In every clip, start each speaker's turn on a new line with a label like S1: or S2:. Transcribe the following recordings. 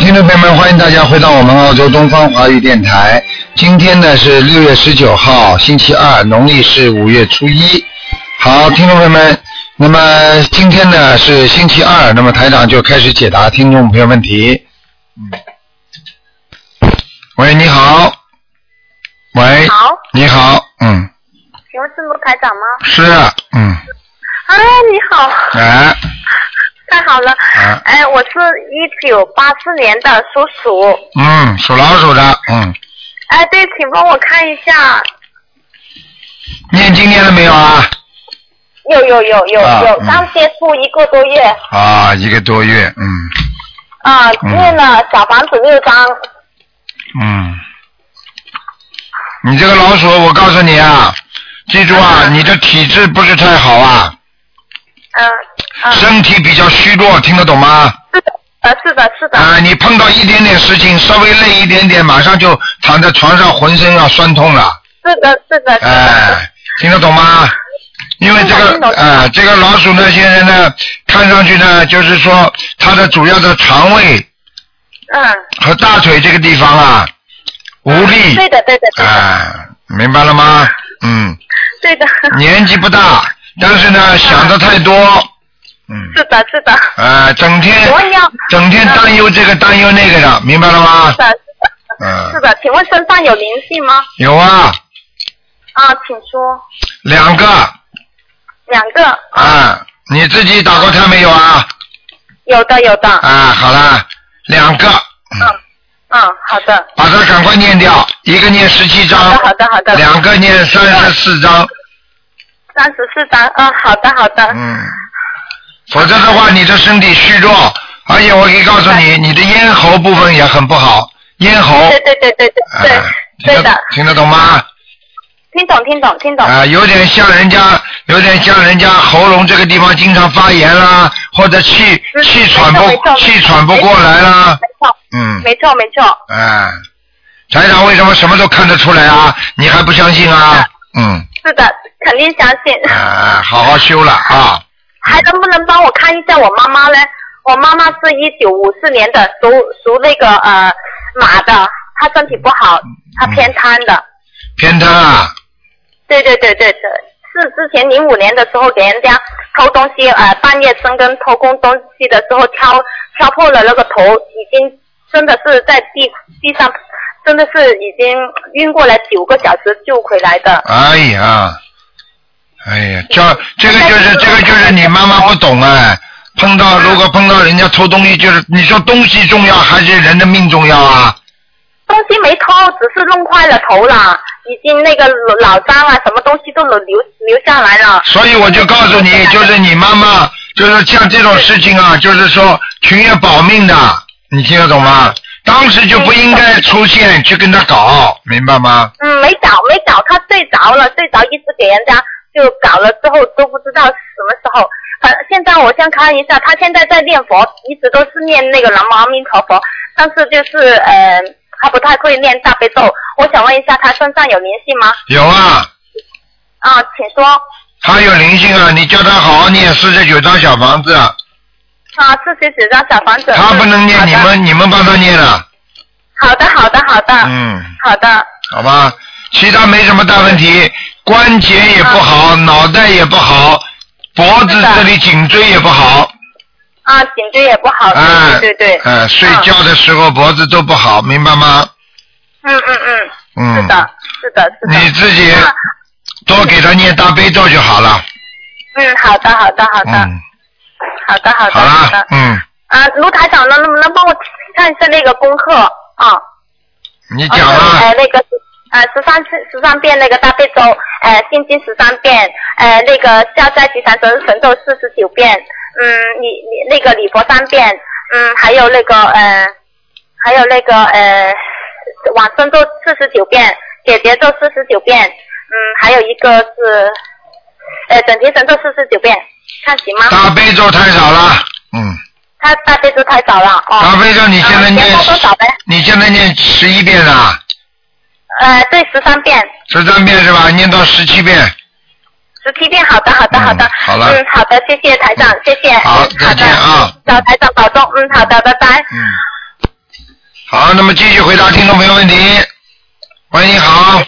S1: 听众朋友们，欢迎大家回到我们澳洲东方华语电台。今天呢是六月十九号，星期二，农历是五月初一。好，听众朋友们，那么今天呢是星期二，那么台长就开始解答听众朋友问题。嗯，喂，你好，喂，
S2: 好，
S1: 你好，嗯，
S2: 请问是卢台长吗？
S1: 是，嗯，
S2: 啊，你好，
S1: 哎，
S2: 太好了
S1: 啊。
S2: 哎，我是一九八四年的属鼠。
S1: 嗯，属老鼠的，嗯，
S2: 哎，对，请帮我看一下。
S1: 念经念了没有啊？
S2: 有有有有
S1: 啊
S2: 有，
S1: 嗯
S2: 刚接触一个多月，
S1: 啊，一个多月，嗯
S2: 啊，
S1: 嗯
S2: 念了小房子六张。
S1: 嗯。你这个老鼠，我告诉你啊，记住啊，你的体质不是太好啊，
S2: 嗯嗯，
S1: 身体比较虚弱，听得懂吗？
S2: 是的，呃，是的，是的，
S1: 啊，你碰到一点点事情，稍微累一点点，马上就躺在床上，浑身要酸痛了，
S2: 是的，是的，是的，
S1: 哎，听得懂吗？因为这
S2: 听
S1: 个
S2: 得懂
S1: 啊、这个老鼠呢，现在呢，看上去呢，就是说它的主要的肠胃
S2: 嗯，
S1: 和大腿这个地方啊，哎无力，
S2: 对的，对的，对的，
S1: 啊，明白了吗？嗯，
S2: 对的，
S1: 年纪不大，
S2: 嗯
S1: 但是呢，想的太多，嗯，
S2: 是的，是的，
S1: 啊，整天
S2: 请问要，
S1: 整天担忧这个担忧那个的，明白了吗
S2: 嗯是？的，是的，
S1: 嗯
S2: 是的，请问身上有灵性吗？
S1: 有啊，
S2: 啊，请说，
S1: 两个
S2: 两个，
S1: 啊，你自己打过胎没有啊？
S2: 有的，有的，
S1: 啊，好啦，两个，嗯，
S2: 嗯，好的，
S1: 把它赶快念掉，一个念十七章，
S2: 好的，好的，
S1: 两个念三十四章，
S2: 三十四张，嗯，好的，好的，
S1: 嗯，否则的话，你的身体虚弱，而且我可以告诉你，
S2: 嗯
S1: 你的咽喉部分也很不好，咽喉，
S2: 哎对对对对对对
S1: 啊，听
S2: 对
S1: 得
S2: 的，
S1: 听得懂吗？
S2: 听懂听懂听懂，
S1: 啊，有点像人家，有点像人家喉咙这个地方经常发炎啦，或者气
S2: 嗯
S1: 气喘
S2: 没
S1: 不
S2: 错没错
S1: 气喘不过来啦，
S2: 没错
S1: 嗯，
S2: 没错没错，
S1: 哎，台长为什么什么都看得出来啊？你还不相信啊？嗯，
S2: 是的，肯定相信。
S1: 啊，好好修了啊。
S2: 还能不能帮我看一下我妈妈呢？我妈妈是一九五四年的，属属那个呃马的，她身体不好，她偏瘫的。
S1: 偏瘫啊，
S2: 对对对对对，是之前零五年的时候给人家偷东西，呃，半夜深更偷空东西的时候敲敲破了那个头，已经真的是在地地上，真的是已经晕过来九个小时救回来的。
S1: 哎呀，哎呀，叫这个就是这个就是你妈妈不懂哎，碰到如果碰到人家偷东西，就是你说东西重要还是人的命重要啊？
S2: 东西没偷，只是弄坏了头啦，已经那个脑伤啊，什么东西都留留留下来了。
S1: 所以我就告诉你，就是你妈妈，就是像这种事情啊，就是说群业保命的，你听得懂吗？当时就不应该出现去跟他搞，明白吗？
S2: 嗯，没找没找，他睡着了，睡着一直给人家就搞了，之后都不知道什么时候。呃，现在我先看一下，他现在在念佛，一直都是念那个南无阿弥陀佛，但是就是呃，他不太会念大悲咒。我想问一下，他身上有灵性吗？
S1: 有啊，
S2: 啊，请说。
S1: 他有灵性啊，你叫他好好念四十九张小房子，
S2: 啊，四十九张小房子。
S1: 他不能念，
S2: 嗯
S1: 你。们你们帮他念了，
S2: 好的，好的，好的，好的，
S1: 嗯。
S2: 好的。
S1: 好吧，其他没什么大问题，关节也不
S2: 啊
S1: 好，脑袋也不好，脖子
S2: 是的
S1: 这里颈椎也不好，
S2: 啊，颈椎也不好，
S1: 哎，
S2: 对对对，
S1: 哎、睡
S2: 嗯
S1: 觉的时候脖子都不好，明白吗？
S2: 嗯嗯嗯，
S1: 嗯，
S2: 是的，是的，是的。啊
S1: 你自己
S2: 那
S1: 多给他念大悲咒就好了，
S2: 嗯，好的，好的，好的，
S1: 嗯，
S2: 好的，好的，
S1: 好
S2: 好的
S1: 啦。，嗯，
S2: 啊，卢台长，能能不能帮我看一下那个功课啊？
S1: 你
S2: 你
S1: 讲啊，
S2: 呃，那个呃，十三次十三遍那个大悲咒，呃，心经十三遍，呃，那个消灾吉祥神神咒四十九遍，嗯，你你那个礼佛三遍，嗯，还有那个呃，还有那个呃，往生咒四十九遍，解结咒四十九遍，嗯，还有一个是呃整提神咒四十九遍，看行吗？
S1: 大悲咒太少了，嗯，
S2: 他大悲咒太少了哦。
S1: 大悲咒你现在
S2: 嗯
S1: 念
S2: 要多少呗？
S1: 你现在念十一遍啊，
S2: 呃，对，十三遍。
S1: 十三遍是吧？念到十七遍，
S2: 十七遍，好的，好的，
S1: 嗯
S2: 好的，
S1: 好了
S2: 嗯，好的，谢谢台长，谢谢，
S1: 好
S2: 嗯
S1: 再见啊
S2: 好的，找台长保重，嗯，好的，拜拜，
S1: 嗯。好，那么继续回答听众朋友问题。喂，你好。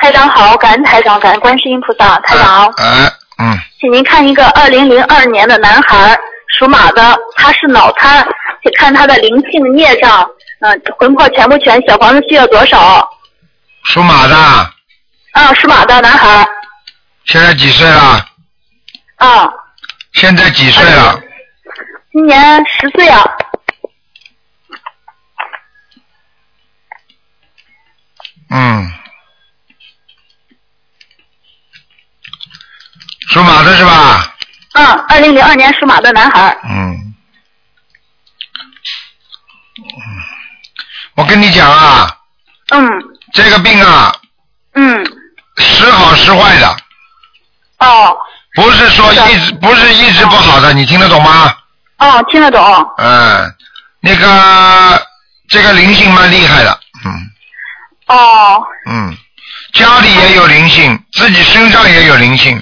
S2: 台长好，感恩台长，感恩观世音菩萨。台长好，
S1: 哎，嗯，
S2: 请您看一个二零零二年的男孩，属马的，他是脑瘫，请看他的灵性孽障，嗯、魂魄全不全，小房子需要多少？
S1: 属马的，
S2: 啊，属马的男孩，
S1: 现在几岁了？
S2: 啊，
S1: 现在几岁了？
S2: 今年十岁啊，
S1: 嗯，属马的是吧？
S2: 嗯，二零零二年属马的男孩，
S1: 嗯，嗯我跟你讲啊，
S2: 嗯
S1: 这个病啊，
S2: 嗯，
S1: 时好时坏的，
S2: 哦
S1: 不是说一直不是一直不好的，你听得懂吗？
S2: 哦，听得懂，
S1: 嗯，那个这个灵性蛮厉害的，嗯
S2: 哦
S1: 嗯，家里也有灵性，自己身上也有灵性，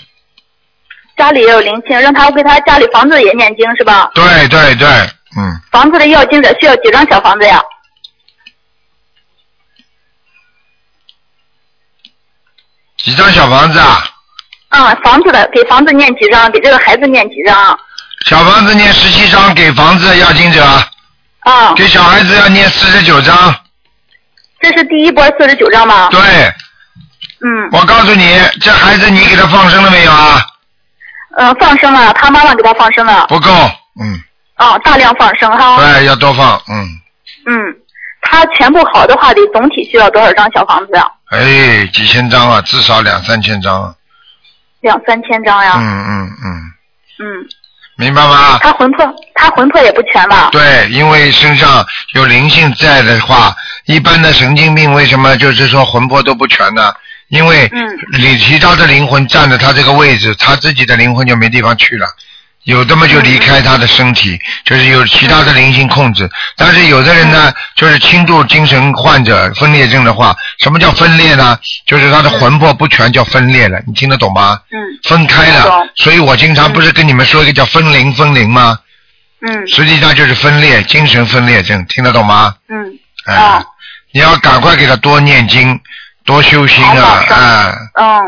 S2: 家里也有灵性，让他给他家里房子也念经是吧？
S1: 对对对，嗯，
S2: 房子的要经者需要几张小房子呀？
S1: 几张小房子啊？
S2: 嗯，房子的给房子念几张，给这个孩子念几张啊？
S1: 小房子念十七章给房子要经者，
S2: 啊，
S1: 给小孩子要念四十九章。
S2: 这是第一波四十九张吗？
S1: 对，
S2: 嗯，
S1: 我告诉你，这孩子你给他放生了没有啊？
S2: 呃，放生了，他妈妈给他放生了，
S1: 不够，嗯，
S2: 啊，大量放生哈。
S1: 对，要多放，嗯，
S2: 嗯，他全部好的话，得总体需要多少张小房子呀、
S1: 哎，几千张啊，至少两三千张啊，
S2: 两三千张呀、
S1: 嗯嗯嗯，
S2: 嗯，
S1: 明白吗？
S2: 他魂魄，他魂魄也不全吧？
S1: 对，因为身上有灵性在的话，一般的神经病为什么就是说魂魄都不全呢？因为
S2: 嗯
S1: 你其他的灵魂占着他这个位置，他自己的灵魂就没地方去了，有的么就
S2: 嗯
S1: 离开他的身体，就是有其他的灵性控制。但是有的人呢，
S2: 嗯
S1: 就是轻度精神患者分裂症的话，什么叫分裂呢？就是他的魂魄不全叫分裂了，你听得懂吗？
S2: 嗯
S1: 分开
S2: 听得
S1: 了
S2: 懂，
S1: 所以我经常不是跟你们说一个叫分灵分灵吗？
S2: 嗯
S1: 实际上就是分裂，精神分裂症，听得懂吗？
S2: 嗯
S1: 哎、
S2: 啊
S1: 你要赶快给他多念经，多修心啊，
S2: 好好
S1: 啊、
S2: 嗯，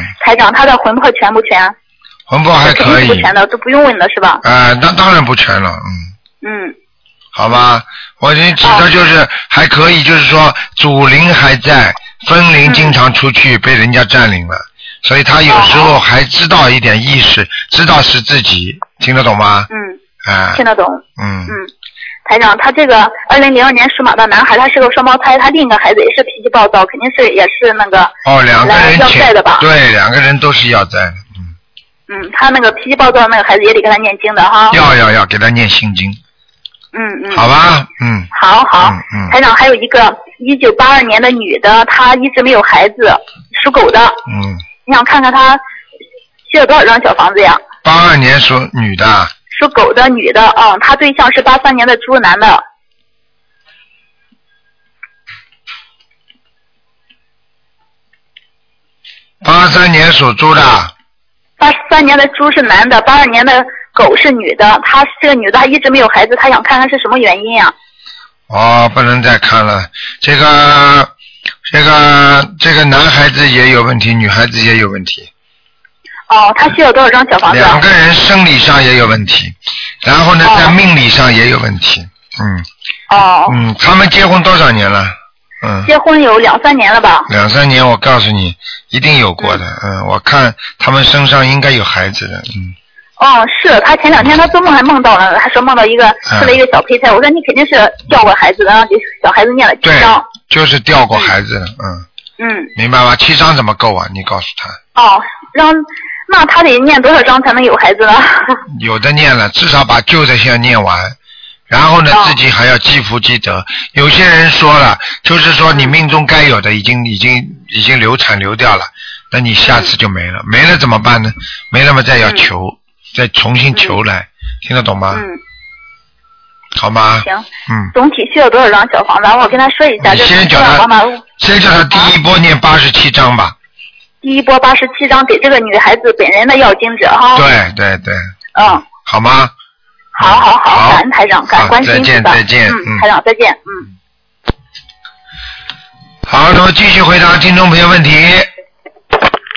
S1: 嗯，
S2: 台长，他的魂魄全不全？
S1: 魂魄还
S2: 肯定
S1: 可
S2: 是不
S1: 以，
S2: 全的，都不用问了是吧？
S1: 啊、那当然不全了，嗯，
S2: 嗯
S1: 好吧，我已经指
S2: 哦
S1: 的就是还可以，就是说主灵还在，分灵
S2: 嗯
S1: 经常出去被人家占领了，所以他有时候还知道一点意识，知道是自己，听得懂吗？
S2: 嗯，
S1: 啊、
S2: 听得懂。
S1: 嗯，
S2: 嗯，台长，他这个二零零二年属马的男孩，他是个双胞胎，他另一个孩子也是脾气暴躁，肯定是也是那个，
S1: 哦，两个
S2: 来
S1: 人
S2: 要
S1: 前
S2: 债的吧
S1: 对，两个人都是要债的，嗯。
S2: 嗯，他那个脾气暴躁的那个孩子也得给他念经的哈。
S1: 要要要，给他念心经，
S2: 嗯嗯。
S1: 好吧？嗯，
S2: 好好
S1: 嗯嗯
S2: 台长还有一个一九八二年的女的，她一直没有孩子，属狗的，
S1: 嗯，
S2: 你想看看她需要多少张小房子呀？
S1: 八二年属女的，
S2: 属狗的女的，嗯，她对象是八三年的猪男的，
S1: 八三年属猪的，
S2: 八三年的猪是男的，八二年的狗是女的，她这个女的她一直没有孩子，她想看看是什么原因啊呀、
S1: 哦，不能再看了。这个，这个，这个男孩子也有问题，女孩子也有问题，
S2: 哦，她需要多少张小房子啊？
S1: 两个人生理上也有问题，然后呢，
S2: 哦
S1: 在命理上也有问题。嗯
S2: 哦，
S1: 嗯，他们结婚多少年了？嗯，
S2: 结婚有两三年了吧？
S1: 两三年，我告诉你，一定有过的。嗯，我看他们身上应该有孩子的。嗯。
S2: 哦，是她前两天她做梦还梦到了，还说梦到一个
S1: 嗯
S2: 吃了一个小配菜，我说你肯定是教过孩子的，然后给小孩子念了七
S1: 对
S2: 章。，
S1: 就是掉过孩子的，嗯，
S2: 嗯，
S1: 明白吗？七张怎么够啊？你告诉他，
S2: 哦，让那她得念多少章才能有孩子呢？
S1: 有的念了，至少把旧的先念完，然后呢，
S2: 哦
S1: 自己还要积福积德。有些人说了，就是说
S2: 嗯
S1: 你命中该有的已经已经已经流产流掉了，那你下次就没了，
S2: 嗯
S1: 没了怎么办呢？没了嘛，再要求，再重新求来，听得懂吗？
S2: 嗯，
S1: 好吗？
S2: 行，
S1: 嗯，
S2: 总体需要多少张小房子？我跟她说一下，
S1: 你
S2: 这
S1: 先叫
S2: 宝马
S1: 他
S2: 路。，
S1: 先叫他第一波念八十七章吧。
S2: 第一波八十哦七章给这个女孩子本人的要经者哈。
S1: 对对对，
S2: 嗯，
S1: 好吗？
S3: 好好
S1: 好
S3: 好，感恩台长，感
S1: 好
S3: 恩关心
S1: 再见
S3: 是吧
S1: 再见嗯
S3: 嗯，台长再见，嗯。
S1: 好，那么继续回答听众朋友问题。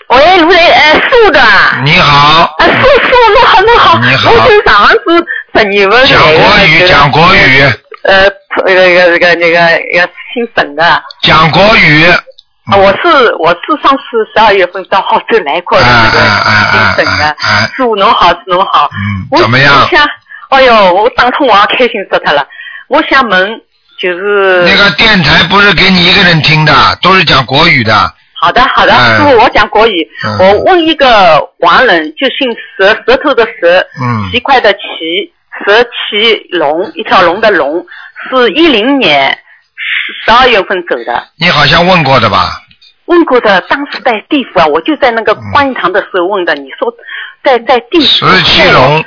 S2: 喂，卢雷，呃，素的，啊，
S1: 你好，
S2: 素素，那好那好，
S1: 你好
S2: 哦我是上次十你们
S1: 讲国语，讲国语，
S2: 呃，那个那个那个那个姓沈的，啊，
S1: 讲国语。嗯
S2: 我是我是上次十二月份到澳洲来过的那个
S1: 哎哎哎哎
S2: 姓沈的
S1: 哎哎，
S2: 素侬好侬好，
S1: 嗯，
S2: 我
S1: 怎么样
S2: 我？想，哎呦，我打通我也开心死他了，我想问就是
S1: 那个电台不是给你一个人听的，都是讲国语的。
S2: 好的，好的，
S1: 哎
S2: 师傅，我讲国语。
S1: 嗯
S2: 我问一个王人，就姓蛇，舌头的蛇，
S1: 嗯
S2: 奇怪的奇，蛇奇龙，一条龙的龙，是一零年十二月份走的。
S1: 你好像问过的吧？
S2: 问过的，当时在地府啊，我就在那个
S1: 嗯
S2: 观音堂的时候问的。你说在在地府
S1: 十七龙，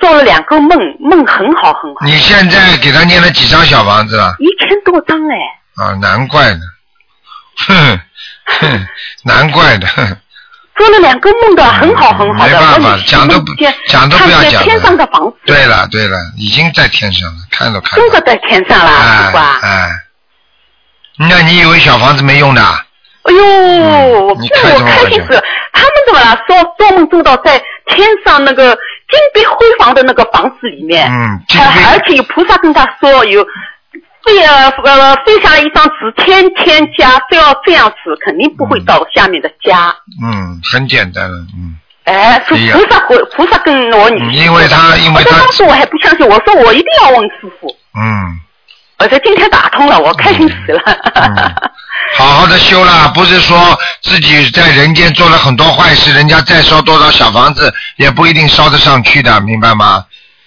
S2: 做了两个梦，梦很好很好，
S1: 你现在给他念了几张小房子了？
S2: 一千多张哎，
S1: 啊，难怪呢，哼，哼，难怪的， 哼
S2: 做了两个梦的，很好很好
S1: 嗯没
S2: 的。
S1: 办
S2: 我
S1: 法
S2: 女，婿
S1: 讲都不
S2: 梦见
S1: 讲都不要
S2: 看见
S1: 讲
S2: 天上的房子，
S1: 对了对了，已经在天上了，看都看
S2: 中
S1: 到
S2: 国
S1: 了。
S2: 在天上啦，
S1: 哎
S2: 是吧？
S1: 哎，那你以为小房子没用的啊？
S2: 哎呦，我
S1: 嗯你
S2: 这
S1: 开
S2: 我
S1: 什么玩
S2: 开心
S1: 笑
S2: 死了！他们怎么了？说做梦做到在天上那个金碧辉煌的那个房子里面，
S1: 嗯，金
S2: 呃而
S1: 龟
S2: 且有菩萨跟他说有飞呃呃飞下来一张纸，天天家，非要这样子，肯定不会到下面的家。
S1: 嗯，很简单了，嗯，
S2: 哎，说
S1: 哎呀
S2: 菩萨回菩萨跟我女
S1: 嗯
S2: 婿
S1: 因为他因为
S2: 我说
S1: 他
S2: 当时我还不相信，我说我一定要问师傅。
S1: 嗯，
S2: 我说今天打通了，我开心死了。
S1: 嗯好好的修啦，不是说自己在人间做了很多坏事，人家再烧多少小房子也不一定烧得上去的，明白吗？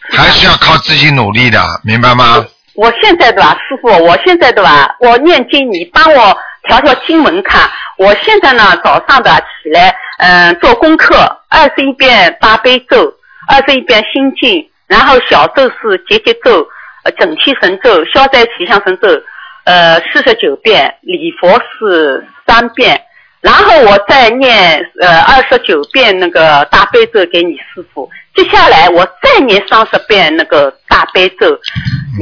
S1: 还是要靠自己努力的，明白吗？
S2: 我现在对吧，师傅，我现在对吧，我念经，你帮我调调经文看。我现在呢，早上的起来，嗯，做功课，二十一遍八悲咒，二十一遍心经，然后小咒是结节咒、呃整气神咒、消灾吉祥神咒，呃，四十九遍，礼佛是三遍，然后我再念呃二十九遍那个大悲咒给你师傅，接下来我再念三十遍那个大悲咒，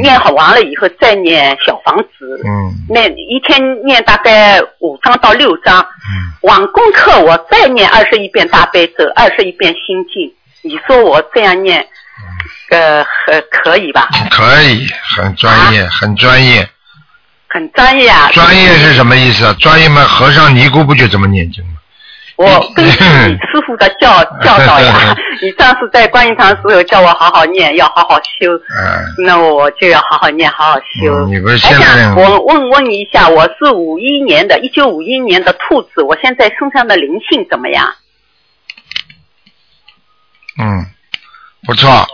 S2: 念好完了以后再念小房子，
S1: 嗯
S2: 念一天念大概五章到六章，
S1: 嗯，
S2: 晚功课我再念二十一遍大悲咒，二十一遍心经，你说我这样念，呃，很可以吧？
S1: 可以，很专
S2: 啊
S1: 业，很专业。
S2: 很专业啊！
S1: 专业是什么意思啊？专业嘛，和尚尼姑不就这么念经吗？
S2: 我跟随你师傅的教教导呀，你上次在观音堂的时候叫我好好念，要好好修，
S1: 哎、
S2: 那我就要好好念，好好修。
S1: 嗯你不是
S2: 哎
S1: 现在
S2: 呀我问问你一下，我是五一年的，一九五一年的兔子，我现在身上的灵性怎么样？
S1: 嗯，不错，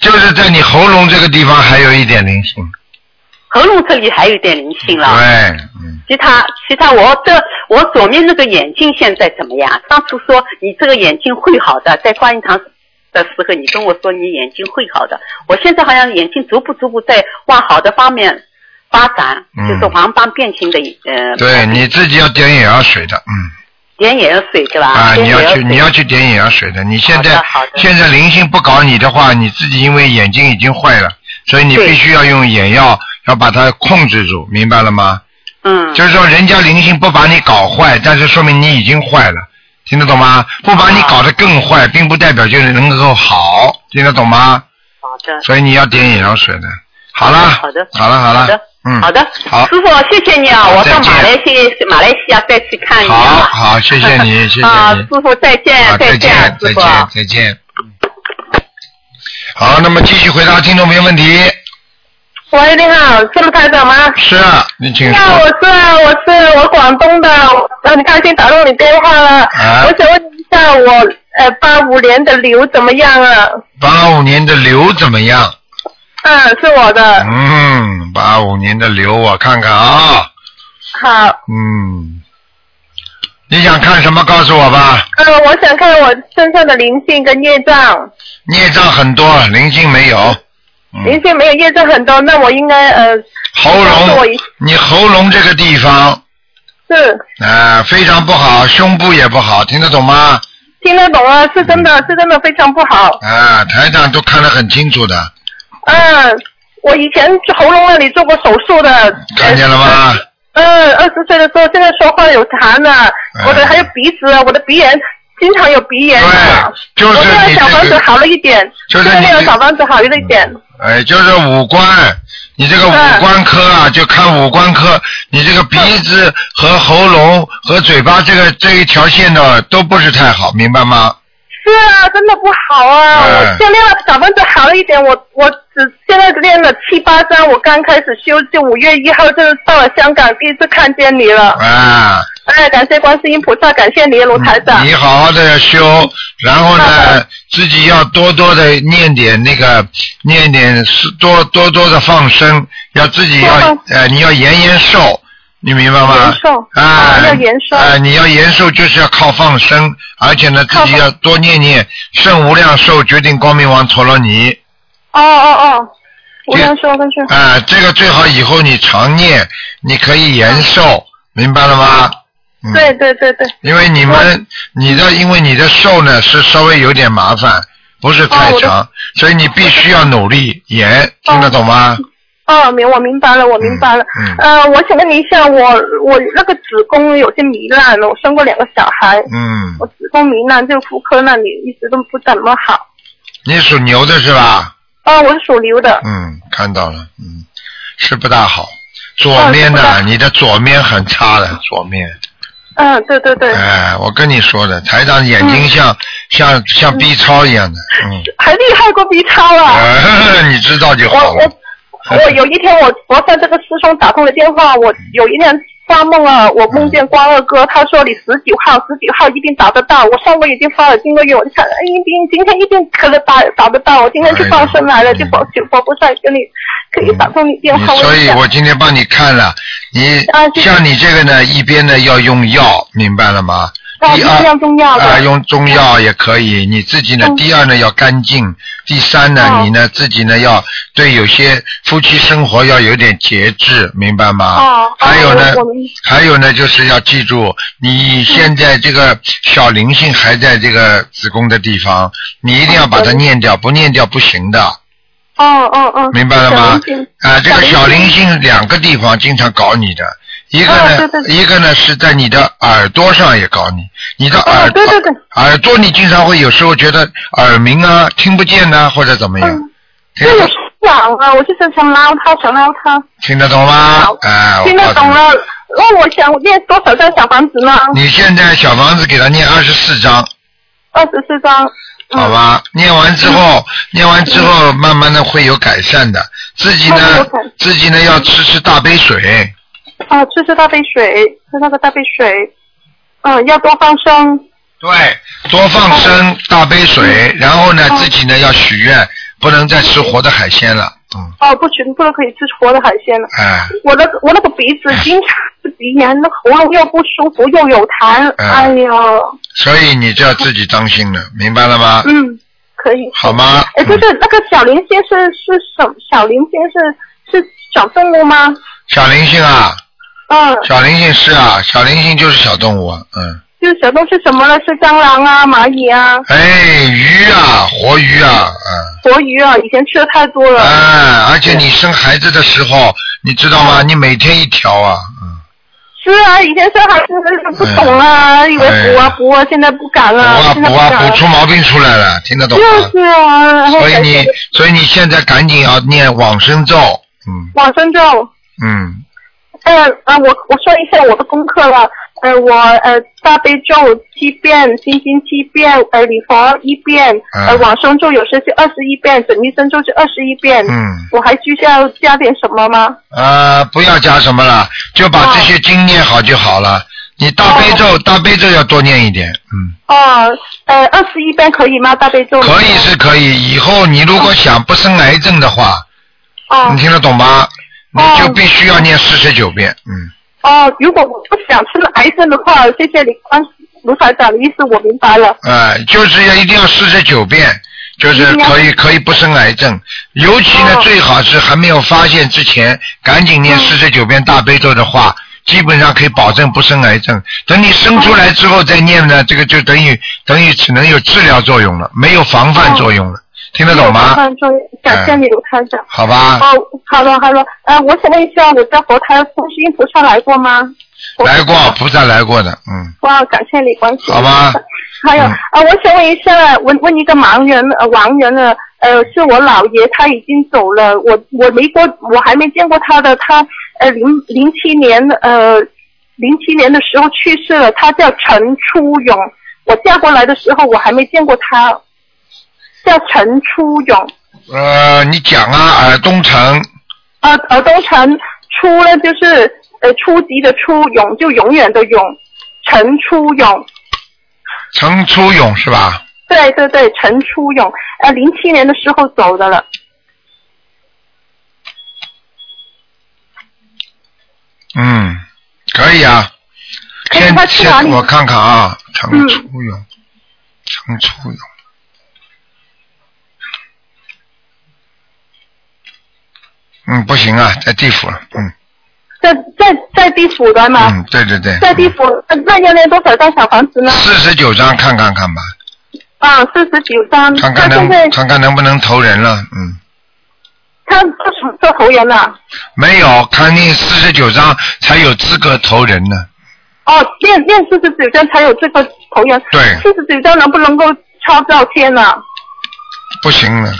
S1: 就是在你喉咙这个地方还有一点灵性。
S2: 喉咙这里还有点灵
S1: 对
S2: 性了。，
S1: 嗯，
S2: 其他其他我这我左面那个眼睛现在怎么样？上次说你这个眼睛会好的，在观音堂的时候，你跟我说你眼睛会好的，我现在好像眼睛逐步逐步在往好的方面发展，
S1: 嗯
S2: 就是黄斑变性的呃
S1: 对，你自己要点眼药水的，嗯
S2: 点眼药水对吧？
S1: 啊，
S2: 点
S1: 你
S2: 眼
S1: 要
S2: 药
S1: 去
S2: 水
S1: 你要去点眼药水的。你现在
S2: 好的好的
S1: 现在灵性不搞你的话，你自己因为眼睛已经坏了，所以你
S2: 对
S1: 必须要用眼药，要把它控制住，明白了吗？
S2: 嗯
S1: 就是说人家灵性不把你搞坏，但是说明你已经坏了，听得懂吗？不把
S2: 啊
S1: 你搞得更坏，并不代表就能够好，听得懂吗？
S2: 好的
S1: 所以你要点眼药水的。好啦，
S2: 嗯好的
S1: 好了，好
S2: 好
S1: 了
S2: 的，
S1: 嗯，
S2: 好的，
S1: 好
S2: 师傅谢谢你啊，
S1: 好
S2: 我到
S1: 再见
S2: 马来西亚马来西亚再去看你
S1: 好
S2: 啊。
S1: 好，谢谢你，谢谢你，
S2: 啊，
S1: 啊
S2: 师，傅再见，
S1: 再
S2: 见，
S1: 再
S2: 师傅。
S1: 见，再见。好，那么继续回答听众朋友问题。
S2: 喂，你好，是卢台长吗？
S1: 是，啊你请
S2: 你好，我
S1: 说。
S2: 是我是我广东的，我很开心打通你电话了。
S1: 啊
S2: 我想问一下我，呃八五年的牛怎么样啊？
S1: 八五年的刘怎么样？
S2: 嗯，是我的。
S1: 嗯，八五年的刘，我看看啊。
S2: 好，
S1: 嗯，你想看什么？告诉我吧。
S2: 呃，我想看我身上的灵性跟业障，
S1: 孽障很多，灵性没有。嗯
S2: 灵，性没有业障很多，那我应该呃
S1: 喉
S2: 告诉我
S1: 咙
S2: 一，
S1: 你喉咙这个地方，
S2: 是
S1: 啊呃，非常不好，胸部也不好，听得懂吗？
S4: 听得懂啊，是真的，
S1: 嗯
S4: 是真的非常不好。
S1: 啊，台长都看得很清楚的，
S4: 嗯，我以前喉咙那里做过手术的。
S1: 看见了吗？
S4: 嗯，二十岁的时候，现在说话有痰了、
S1: 嗯
S4: 我的还有鼻子，啊我的鼻炎经常有鼻炎、啊。
S1: 就是
S4: 我那
S1: 你
S4: 个小房
S1: 这
S4: 子
S1: 个，
S4: 好了一点，
S1: 就是
S4: 现在那
S1: 你
S4: 个小房子好了一点。
S1: 哎，就是五官，你这个五
S4: 嗯
S1: 官科啊，就看五官科，你这个鼻子和喉咙和嘴巴这个这一条线的都不是太好，明白吗？
S4: 是啊，真的不好
S1: 嗯
S4: 啊！我现在练了小房子好了一点，我我只现在练了七八张，我刚开始修，就五月一号就是到了香港，第一次看见你了。
S1: 啊，
S4: 哎，感谢观世音菩萨，感谢你，卢台长。
S1: 你好好的修，然后呢，自己要多多的念点那个，念点多多多的放生，要自己
S4: 多
S1: 要
S4: 放
S1: 呃，你要延延寿，你明白吗？
S4: 延寿
S1: 啊
S4: 啊，要延寿
S1: 啊，你要延寿就是要靠放生，而且呢，自
S4: 靠
S1: 己
S4: 放
S1: 要多念念圣无量寿决定光明王陀罗尼。
S4: 哦哦哦，我
S1: 这
S4: 刚说过去。
S1: 啊、这个最好以后你常念，你可以延寿，明白了吗？嗯、
S4: 对对对对，
S1: 因为你们你的因为你的寿呢是稍微有点麻烦，不是太
S4: 哦我的
S1: 长，所以你必须要努力研，听得懂吗？
S4: 哦，明我明白了，我明白了。
S1: 嗯嗯
S4: 呃，我想问你一下，我我那个子宫有些糜烂了，我生过两个小孩，
S1: 嗯
S4: 我，子宫糜烂，就妇科那里一直都不怎么好。
S1: 你属牛的是吧？
S4: 啊，我是属牛的。
S1: 嗯，看到了，嗯，是不大好。左
S4: 哦
S1: 面
S4: 是不
S1: 呢，
S4: 大
S1: 你的左面很差的，左面。
S4: 嗯，对对嗯对。
S1: 哎，我跟你说的，台长眼睛像、像像 B 超一样的，嗯，
S4: 还厉害过 B 超啊！
S1: 你知道就
S4: 我
S1: 好了。
S4: 我我有一天我我向这个师兄打通了电话，我有一天发梦啊，我梦见关二哥，他说你十九号十九号一定打得到。我上个月已经发了，今个月我就想，哎，一定今天一定可能打打得到。我今天去放生来了，
S1: 哎呀
S4: 就保就保不在跟你可以打通你电话。
S1: 你所以，
S4: 想
S1: 嗯我今天帮你看了，你
S4: 啊谢谢
S1: 像你这个呢，一边呢要用药，明白了吗？
S4: 啊
S1: 第
S4: 一定
S1: 二
S4: 要用药的
S1: 啊，用中药也可以。你自己呢，
S4: 嗯
S1: 第二呢要干净，第三呢，
S4: 哦
S1: 你呢自己呢要对有些夫妻生活要有点节制，明白吗
S4: 哦？
S1: 啊还有呢
S4: 哦我嗯我明，
S1: 还有呢，就是要记住，你现在这个小灵性还在这个子宫的地方，你一定要把它
S4: 嗯
S1: 念掉，不念掉不行的。
S4: 哦哦 哦，
S1: 明白了吗
S4: 小灵性？
S1: 啊，这个小
S4: 小灵
S1: 灵性两个地方经常搞你的，一个
S4: 啊
S1: 呢，
S4: 对对
S1: 一个呢是在你的耳朵上也搞你，你的耳、
S4: 啊对对对
S1: 耳朵你经常会有时候觉得耳鸣啊，听不见呐、或者怎么样，
S4: 嗯
S1: 听
S4: 这有
S1: 得
S4: 想啊，我就是想捞他，想捞他。
S1: 听得懂吗
S4: 好？
S1: 哎，
S4: 听得懂
S1: 我告诉
S4: 了。那我想念多少张小房子呢？
S1: 你。你现在小房子给他念二十四章，
S4: 二十四张。嗯
S1: 好。吧？念完之后，念完之后，慢慢的会有改善的。自己
S4: 慢慢
S1: 呢
S4: 有改，
S1: 自己呢要吃吃大杯水，
S4: 啊，吃吃大杯水，吃那个大杯水。嗯，要多放生。
S1: 对，多放生大杯水，然后呢，
S4: 哦嗯
S1: 自己呢要许愿，不能再吃活的海鲜了。嗯，
S4: 哦，不行，不能可以吃活的海鲜了。
S1: 哎，
S4: 我那个我那个鼻 子经常是鼻炎，那喉咙又不舒服，又有痰。
S1: 嗯
S4: 哎呀，
S1: 所以你就要自己当心了，明白了吗？
S4: 嗯，可以。
S1: 好吗？
S4: 哎，就
S1: 嗯
S4: 是那个小林先生是什么？小林先生是小动物吗？
S1: 小灵性啊，
S4: 嗯，
S1: 小灵性是啊，小灵性就是小动物啊，嗯，
S4: 就是小动物是什么呢？是蟑螂啊，蚂蚁啊，
S1: 哎，鱼啊，活鱼啊，
S4: 活鱼啊，以前吃的太多
S1: 嗯，
S4: 了。
S1: 哎，而且你生孩子的时候，你知道
S4: 嗯
S1: 吗？你每天一条啊，嗯，
S4: 是啊，以前生孩子不懂啊，以为补啊补啊，现在不敢
S1: 哎补
S4: 了，
S1: 啊
S4: 现在
S1: 补
S4: 不
S1: 啊
S4: 敢了
S1: 补。出毛病出来了，听得懂
S4: 是
S1: 吗
S4: 啊？是啊，然后
S1: 所以
S4: 感
S1: 你
S4: 觉
S1: 所以你现在赶紧要念往生咒，嗯
S4: 往生咒，
S1: 嗯，
S4: 呃呃，我我说一下我的功课了，呃我呃大悲咒七遍，心经七遍，呃礼佛一遍，
S1: 嗯
S4: 呃往生咒有时是二十一遍，整一生咒是二十一遍。
S1: 嗯
S4: 我还需要加点什么吗？
S1: 呃，不要加什么了，就把这些经念好就好了。你大悲咒、大悲咒要多念一点，嗯，
S4: 哦，呃，二十一遍可以吗？大悲咒
S1: 可以是可以。以后你如果想不生癌症的话，
S4: 哦
S1: 你听得懂吗？你
S4: 哦
S1: 就必须要念四十九遍，嗯，
S4: 哦，如果我不想吃癌症的话，谢谢你关卢台长的意思，我明白了。
S1: 呃，就是要一定要四十九遍，就是
S4: 一定要
S1: 可以可以不生癌症。尤其呢，
S4: 哦嗯
S1: 最好是还没有发现之前，赶紧念四十九遍大悲咒的话，基本上可以保证不生癌症。等你生出来之后再念呢，这个就等于等于只能有治疗作用了，没有防
S4: 哦
S1: 范作用了，听得懂吗？啊
S4: 嗯，感谢你卢台长。
S1: 好吧，
S4: 哦，好的好的，呃，我想问一下，我在佛台观世音菩萨来过吗？
S1: 来过菩萨来过的，嗯，
S4: 哇，感谢你关心。
S1: 好吧。
S4: 还有
S1: 嗯
S4: 啊、呃我想问一下，问问一个盲人呃盲人呢，呃，是我姥爷，他已经走了，我我没过，我还没见过他的，他呃零零七年呃零七年的时候去世了，他叫陈初勇，我嫁过来的时候我还没见过他，叫陈初勇，
S1: 呃，你讲啊，呃，东城，
S4: 呃呃东城初呢就是呃初级的初，勇就永远的勇，陈初勇。
S1: 陈初勇是吧？
S4: 对对对，陈初勇，呃，零七年的时候走的了。
S1: 嗯，可以啊。
S4: 可以
S1: 先
S4: 他去哪
S1: 先
S4: 里
S1: 我看看啊，陈
S4: 嗯
S1: 初勇，陈初勇，嗯，不行啊，在地府了，嗯
S4: 在在在地府的嘛，
S1: 嗯，对对对，
S4: 啊在地府，呃那要念多少张小房子呢？
S1: 四十九章看看看吧，
S4: 啊，四十九张。
S1: 看看
S4: 那现
S1: 能
S4: 在
S1: 看看能不能投人了，嗯，
S4: 他做什么做头人了？
S1: 没有，看定四十九章才有资格投人呢，
S4: 哦，念念四十九张才有这个头人。
S1: 对嗯
S4: 四十九张能不能够超到天呢、
S1: 不行了，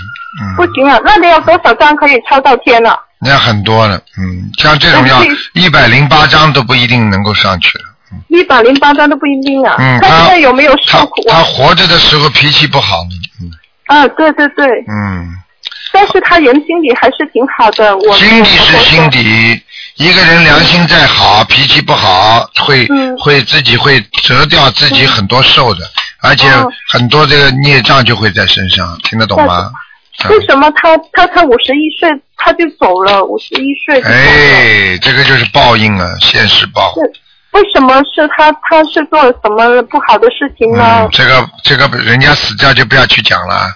S4: 不
S1: 嗯，
S4: 行啊，那得要多少张可以超到天呢、
S1: 那很多了，嗯，像这种要
S4: 那
S1: 一百零八章都不一定能够上去了。
S4: 一百零八张都不一定啊。
S1: 嗯
S4: 他
S1: 他
S4: 现在有没有受
S1: 他
S4: 苦
S1: 他
S4: 啊？
S1: 活着的时候脾气不好呢，嗯
S4: 啊，对对对，
S1: 嗯，
S4: 但是他人心里还是挺好的。我
S1: 心底
S4: 我
S1: 是
S4: 我
S1: 心底，嗯一个人良心再好，脾气不好，会、
S4: 嗯
S1: 会自己会折掉自己很多寿的，而且
S4: 哦
S1: 很多这个孽障就会在身上，听得懂吗？嗯
S4: 为什么他他才五十一岁他就走了？五十一岁就走了，
S1: 哎，这个就是报应啊，现实报。
S4: 是为什么是他？他是做了什么不好的事情呢
S1: 嗯，？这个这个人家死掉就不要去讲了，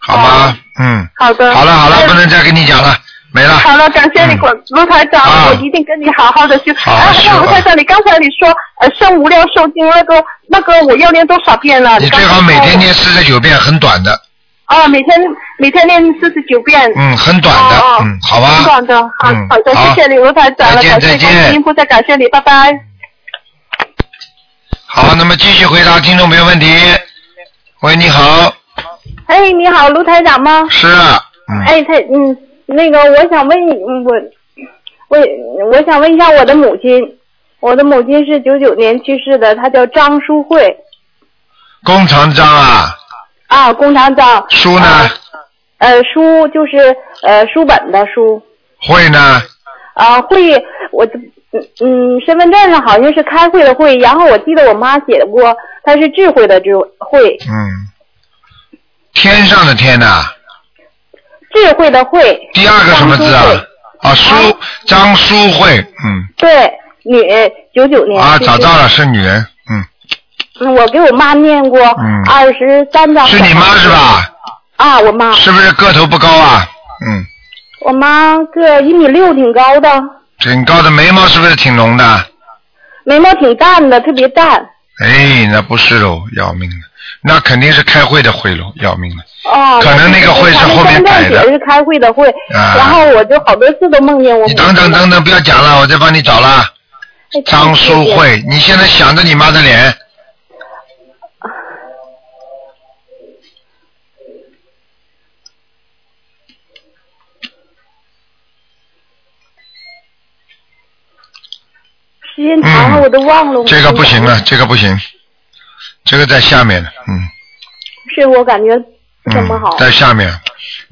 S1: 好吗
S4: 哦？
S1: 嗯，
S4: 好的，
S1: 好了好了，
S4: 哎
S1: 不能再跟你讲了，没了。
S4: 好了，感谢你，管卢台长，
S1: 啊
S4: 我一定跟你好好的去。
S1: 好
S4: 哎，
S1: 是
S4: 那卢
S1: 吧
S4: 台长，你刚才你说呃圣无量寿经那个那个我要念多少遍了？
S1: 你
S4: 刚
S1: 最
S4: 才
S1: 好每
S4: 说
S1: 天念四十九遍，很短的。
S4: 啊，每天每天念四十九遍。
S1: 嗯，很短的，
S4: 哦哦
S1: 嗯，好吧。
S4: 挺好的，好
S1: 嗯
S4: 好的，
S1: 好
S4: 谢谢你卢台长了，
S1: 再见
S4: 感
S1: 再
S4: 谢
S1: 见
S4: 观世音菩萨，感谢你，拜拜。
S1: 好，那么继续回答听众朋友问题。喂，你好，
S5: 哎，你好，卢台长吗？
S1: 是啊，嗯，
S5: 哎，他嗯，那个我想问你，嗯我我我想问一下我的母亲，我的母亲是九九年去世的，她叫张淑慧
S1: 弓长张啊，
S5: 啊，工长张，
S1: 书呢，
S5: 呃，书就是呃书本的书
S1: 会呢，
S5: 啊，会我嗯嗯，身份证上好像是开会的会，然后我记得我妈写过，她是智慧的智慧，
S1: 嗯，天上的天呐、
S5: 智慧的慧，
S1: 第二个什么字啊
S5: 张淑慧？
S1: 啊，书张书慧，嗯，
S5: 对，女九九年
S1: 啊，
S5: 去
S1: 找
S5: 世
S1: 到了，是女人，嗯，
S5: 嗯我给我妈念过
S1: 嗯
S5: 二十三张。
S1: 是你妈是？吧？
S5: 啊，我
S4: 嗯
S5: 妈，
S1: 是不是个头不高啊？嗯，
S5: 我妈个一米六，挺高的，
S1: 挺高的，眉毛是不是挺浓的？
S5: 眉毛挺淡的，特别淡。
S1: 哎，那不是喽，要命了！那肯定是开会的会喽，要命了！
S5: 哦，
S1: 可能那个会是后面改的
S5: 也是开会的会，
S1: 啊
S5: 然后我就好多次都梦见我。
S1: 你等等等等，不要讲了，我再帮你找了。
S5: 哎
S1: 张淑。慧，你现在想着你妈的脸，
S5: 嗯时间长
S1: 嗯
S5: 了我都忘了。
S1: 这个不行。啊
S5: 嗯
S1: 了，这个不行，这个在下面了，嗯
S5: 是我感觉不怎么
S1: 嗯
S5: 好，。
S1: 在下面。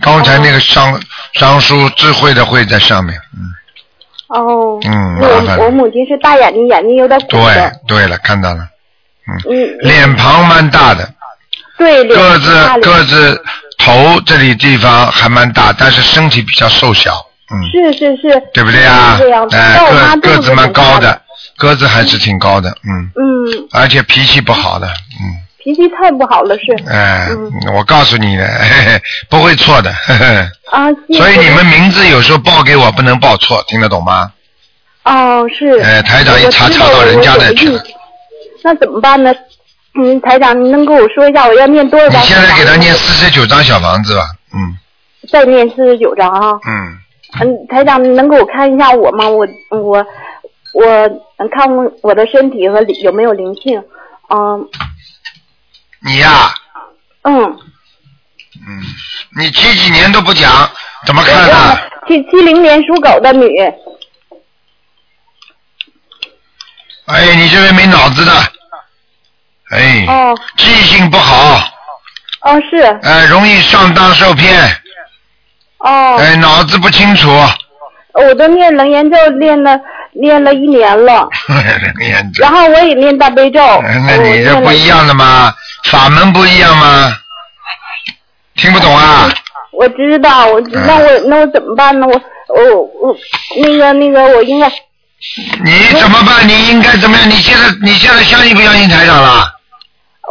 S1: 刚才那个张张淑智慧的慧在上面，嗯
S5: 哦。
S1: 嗯，
S5: 那
S1: 麻烦
S5: 我我
S1: 了。
S5: 母亲是大眼睛，眼睛有点鼓
S1: 对
S5: 的。
S1: 对了，看到了，
S5: 嗯，
S1: 脸庞蛮大的，
S5: 对，脸
S1: 个
S5: 挺
S1: 子
S5: 大的
S1: 个子头这里地方还蛮大，但是身体比较瘦小，嗯。
S5: 是是是。
S1: 对不对啊
S5: 是这样？子。
S1: 哎
S5: 但我妈，
S1: 个个
S5: 肚
S1: 子蛮
S5: 挺
S1: 高
S5: 大的。
S1: 的，个子还是挺高的，嗯，
S5: 嗯，
S1: 而且脾气不好的，嗯，
S5: 脾气太不好了，是
S1: 哎，
S5: 嗯
S1: 我告诉你的， 嘿嘿，不会错的，嘿嘿。
S5: 啊。谢谢
S1: 所以你们名字有时候报给我不能报错，听得懂吗？
S4: 哦，是。
S1: 哎台长一
S4: 我
S1: 查
S4: 知
S1: 查
S4: 道
S1: 到人家
S4: 我有
S1: 那去
S4: 意
S1: 了
S4: 那怎么办呢？嗯，台长，您能给我说一下我要念多少
S1: 你
S4: 张？
S1: 现在给他念，四十九张小房子吧，嗯
S4: 再念四十九张啊。
S1: 嗯，
S4: 嗯，台长，您能给我看一下我吗？我我我嗯看我我的身体和里有没有灵性？嗯
S1: 你呀、
S4: 嗯，
S1: 嗯，你几几年都不讲，怎么看呢、啊
S4: 七七零年属狗的女，
S1: 哎，你这位没脑子的，哎，
S4: 哦
S1: 记性不好，
S4: 哦是
S1: 哎，容易上当受骗，
S4: 哦，
S1: 哎，脑子不清楚，
S4: 我都念楞严咒念了念了一年了，
S1: 念着
S4: 然后我也念大悲咒，
S1: 哎
S4: 哦
S1: 那
S4: 我
S1: 你
S4: 念
S1: 这
S4: 了
S1: 不一样的嘛，法门不一样吗？听不懂啊？
S4: 我知道，我知
S1: 嗯
S4: 那我那我怎么办呢？我我我那个那个，我应该
S1: 你怎么办？你应该怎么样？你现在你现在相信不相信台长了？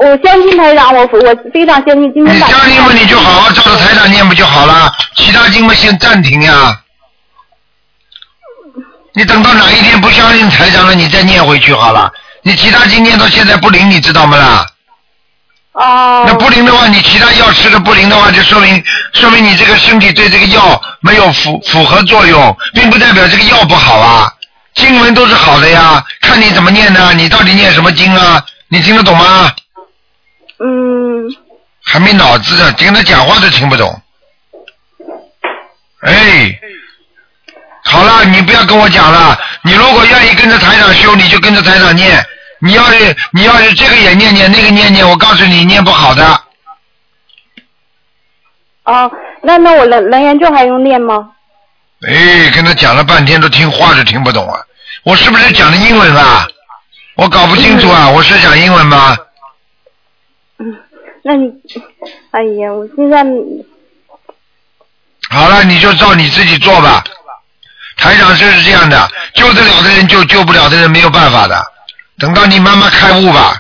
S4: 我相信台长，我我非常相信今
S1: 你
S4: 天早上。
S1: 相信嘛，你就好好照着台长念不就好了？其他经嘛先暂停呀、你等到哪一天不相信台长了，你再念回去好了。你其他经念到现在不灵，你知道吗啦？
S4: 哦。
S1: 那不灵的话，你其他药吃的不灵的话，就说明说明你这个身体对这个药没有符符合作用，并不代表这个药不好啊。经文都是好的呀，看你怎么念呢？你到底念什么经啊？你听得懂吗？
S4: 嗯，
S1: 还没脑子的，跟他讲话都听不懂。哎，好了，你不要跟我讲了。你如果愿意跟着台长修，你就跟着台长念。你要是你要是这个也念念，那个念念，我告诉你，念不好的。
S4: 哦，那那我蓝蓝颜咒还用念吗？
S1: 哎，跟他讲了半天都听话都听不懂啊！我是不是讲的英文啊？我搞不清楚啊！我是讲英文吗？
S4: 嗯，那你，哎呀，我现在嗯
S1: 好了，你就照你自己做吧。台长就是这样的，救得了的人救，救不了的人没有办法的。等到你慢慢开悟吧。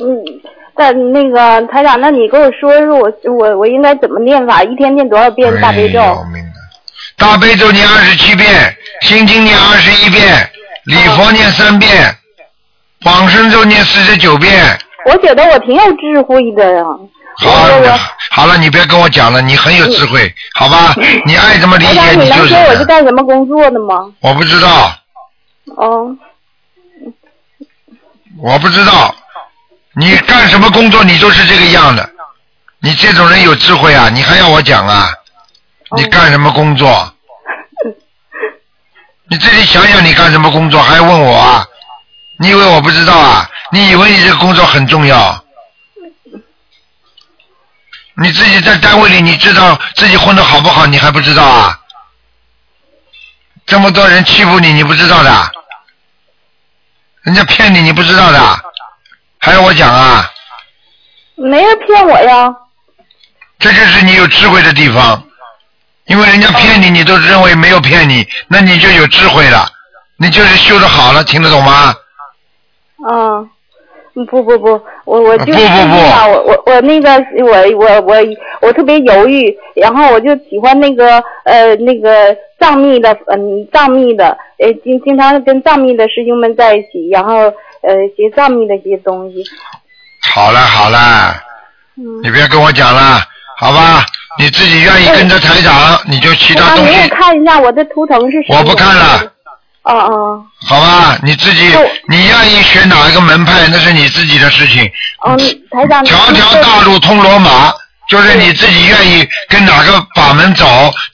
S4: 嗯，但那个台长，那你给我说说我，我我应该怎么念法？一天念多少遍大悲咒？
S1: 哎呦明白大悲咒念二十七遍，心经念二十一遍，礼佛念三遍，往生咒念四十九遍。
S4: 我觉得我挺有智慧的呀、
S1: 好
S4: 我我，
S1: 好了，你别跟我讲了，你很有智慧，好吧？你爱怎么理
S4: 台
S1: 解
S4: 长，你
S1: 你
S4: 能
S1: 就是
S4: 说我是
S1: 什么。
S4: 干什么工作的吗？
S1: 我不知道，
S4: 哦，
S1: 我不知道，你干什么工作你就是这个样的。你这种人有智慧啊，你还要我讲啊？你干什么工作？你自己想想，你干什么工作还要问我啊？你以为我不知道啊？你以为你这个工作很重要？你自己在单位里，你知道自己混的好不好，你还不知道啊？这么多人欺负你，你不知道的？啊人家骗你，你不知道的？还要我讲啊？
S4: 没人骗我呀。
S1: 这就是你有智慧的地方，因为人家骗你，你都认为没有骗你，那你就有智慧了，你就是修的好了，听得懂吗？
S4: 嗯，不不不，我我
S1: 不
S4: 就
S1: 不不
S4: 啊我我我那个我我我我特别犹豫，然后我就喜欢那个呃那个藏密的嗯藏密的呃经经常跟藏密的师兄们在一起，然后呃学藏密的一些东西。
S1: 好了好了，
S4: 嗯，
S1: 你不要跟我讲了，好吧？你自己愿意跟着台长，你就其他
S4: 我
S1: 东
S4: 没有
S1: 西，
S4: 看一下我的图腾是什么？
S1: 我不看了。
S4: 哦哦
S1: 好吧？你自己
S4: 哦
S1: 你愿意学哪一个门派，那是你自己的事情。
S4: 嗯，台长，
S1: 条
S4: 您
S1: 条
S4: 说
S1: 大路通罗马，就是你自己愿意跟哪个法门走，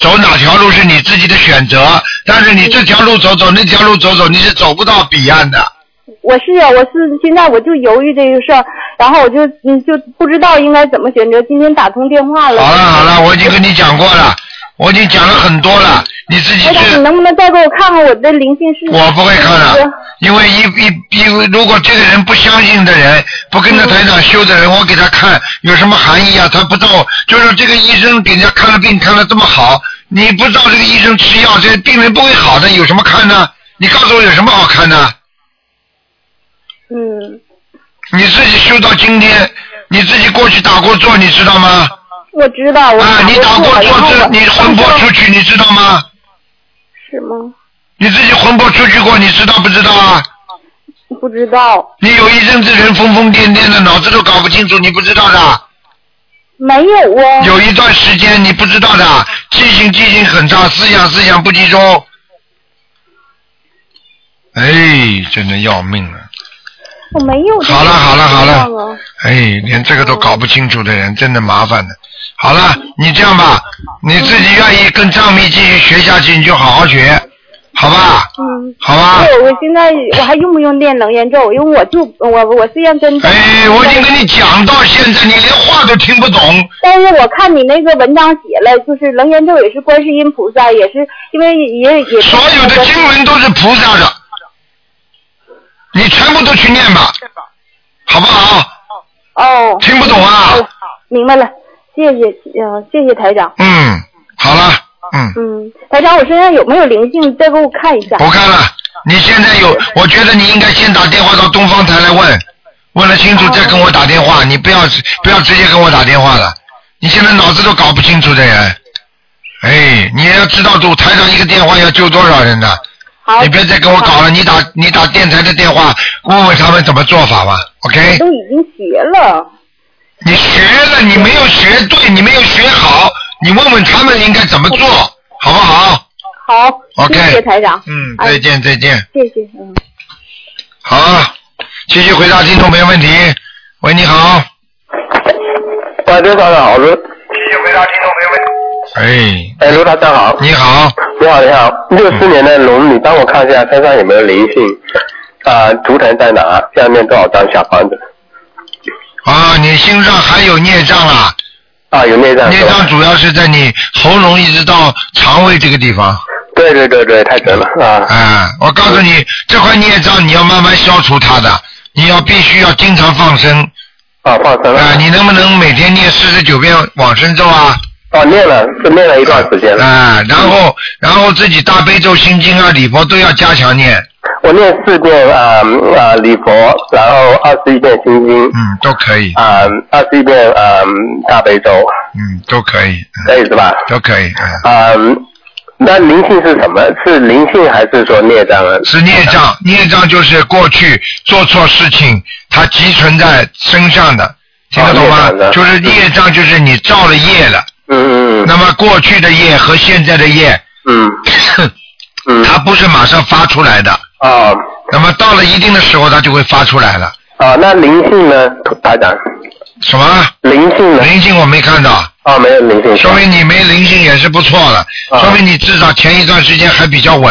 S1: 走哪条路是你自己的选择。但是你这条路走走，那条路走走，你是走不到彼岸的。
S4: 我是啊，我是现在我就犹豫这个事儿，然后我就嗯就不知道应该怎么选择。今天打通电话了，
S1: 好了好了，我已经跟你讲过了，我已经讲了很多了，你自己
S4: 台哎长，你
S1: 去。
S4: 能不能再给我看看我的灵性是？
S1: 我不会看
S4: 嗯
S1: 的，因为一一一，如果这个人不相信的人，不跟着台
S4: 嗯
S1: 长修的人，我给他看有什么含义啊？他不知道，就是这个医生给人家看了病看了这么好，你不知道这个医生吃药，这病人不会好的，有什么看呢？你告诉我有什么好看的？
S4: 嗯，
S1: 你自己修到今天，你自己过去打过坐，你知道吗？
S4: 我知道，我
S1: 啊，你打过
S4: 过
S1: 坐
S4: 然后
S1: 之，
S4: 我
S1: 你魂魄出去，你知道吗？
S4: 是吗？
S1: 你自己魂魄出去过，你知道不知道啊？
S5: 不知道，
S1: 你有一阵子人疯疯癫癫的，脑子都搞不清楚，你不知道的。
S5: 没有啊。
S1: 有一段时间你不知道的，记性记性很差，思想思想不集中。哎，真的要命了！
S5: 我没有这个
S1: 好了好了好了
S5: 情况啊
S1: 哎，连这个都搞不清楚的人，真的麻烦的。好了，你这样吧，你自己愿意跟藏密继续学下去，你就好好学，好吧？
S5: 嗯。
S1: 好吧？
S5: 对，我现在我还用不用练冷眼咒？因为我就我我是要跟张
S1: 哎，我已经跟你讲到现在，你连话都听不懂。
S5: 但是我看你那个文章写了，就是楞严咒也是观世音菩萨，也是因为也也
S1: 所有的经文都是菩萨的，你全部都去念吧，好不好？
S5: 哦，
S1: 听不懂啊？
S5: 明白了，谢谢，嗯、谢谢台长，
S1: 嗯，好了，嗯，
S5: 嗯，台长，我身上有没有灵性？再给我看一下。
S1: 不看了。你现在有，我觉得你应该先打电话到东方台来问，问了清楚再跟我打电话。你不要不要直接跟我打电话了，你现在脑子都搞不清楚的人。哎，你也要知道，主台长一个电话要救多少人呢？
S5: 好，
S1: 你别再跟我搞了，你打你打电台的电话，问问他们怎么做法吧。OK。
S5: 都已经学了，
S1: 你学了，你没有学对，你没有学好，你问问他们应该怎么做，好不好？
S5: 好
S1: OK
S5: 谢谢台长，
S1: 嗯，
S5: 哎
S1: 再见再见。
S5: 谢谢，嗯，
S1: 好，继续回答听众朋友问题。喂，你好。
S6: 喂，刘厂长好，卢，
S1: 哎，
S6: 哎，卢台长好，
S1: 你好，
S6: 你好，你好，六四年的龙，你帮我看一下身上有没有灵性，啊、图腾在哪？下面多少张小房子？
S1: 啊，你心上还有孽障啊？
S6: 啊，有内脏
S1: 孽
S6: 是吧
S1: 障主要是在你喉咙一直到肠胃这个地方。
S6: 对对对对，太准了啊！
S1: 啊，我告诉你，这块孽障你要慢慢消除它的，你要必须要经常放生
S6: 啊，放生了。
S1: 啊。你能不能每天念四十九遍往生咒啊？
S6: 哦，念了，是念了一段时间了。
S1: 啊，然后然后自己大悲咒、心经啊、礼佛都要加强念，
S6: 我念四遍啊嗯啊礼佛，然后二十一遍心经，
S1: 嗯，都可以，
S6: 啊二十一遍啊嗯大悲咒，
S1: 嗯，都可以，嗯，
S6: 可以是吧？
S1: 都可以，嗯，
S6: 啊，嗯那灵性是什么？是灵性还是说孽障啊？
S1: 是孽障，孽障就是过去做错事情，它积存在身上的，听得懂吗
S6: 啊孽障？的嗯
S1: 就是孽障，就是你造了业了，
S6: 嗯嗯
S1: 那
S6: 嗯
S1: 么过去的业和现在的业，
S6: 嗯嗯
S1: 它不是马上发出来的，
S6: 啊
S1: 那么到了一定的时候，它就会发出来了。
S6: 啊，那灵性呢，台长？
S1: 什么
S6: 灵性呢？
S1: 灵性我没看到，
S6: 啊，没有灵性是
S1: 说
S6: 吧。
S1: 明你没灵性也是不错了，
S6: 啊
S1: 说明你至少前一段时间还比较稳，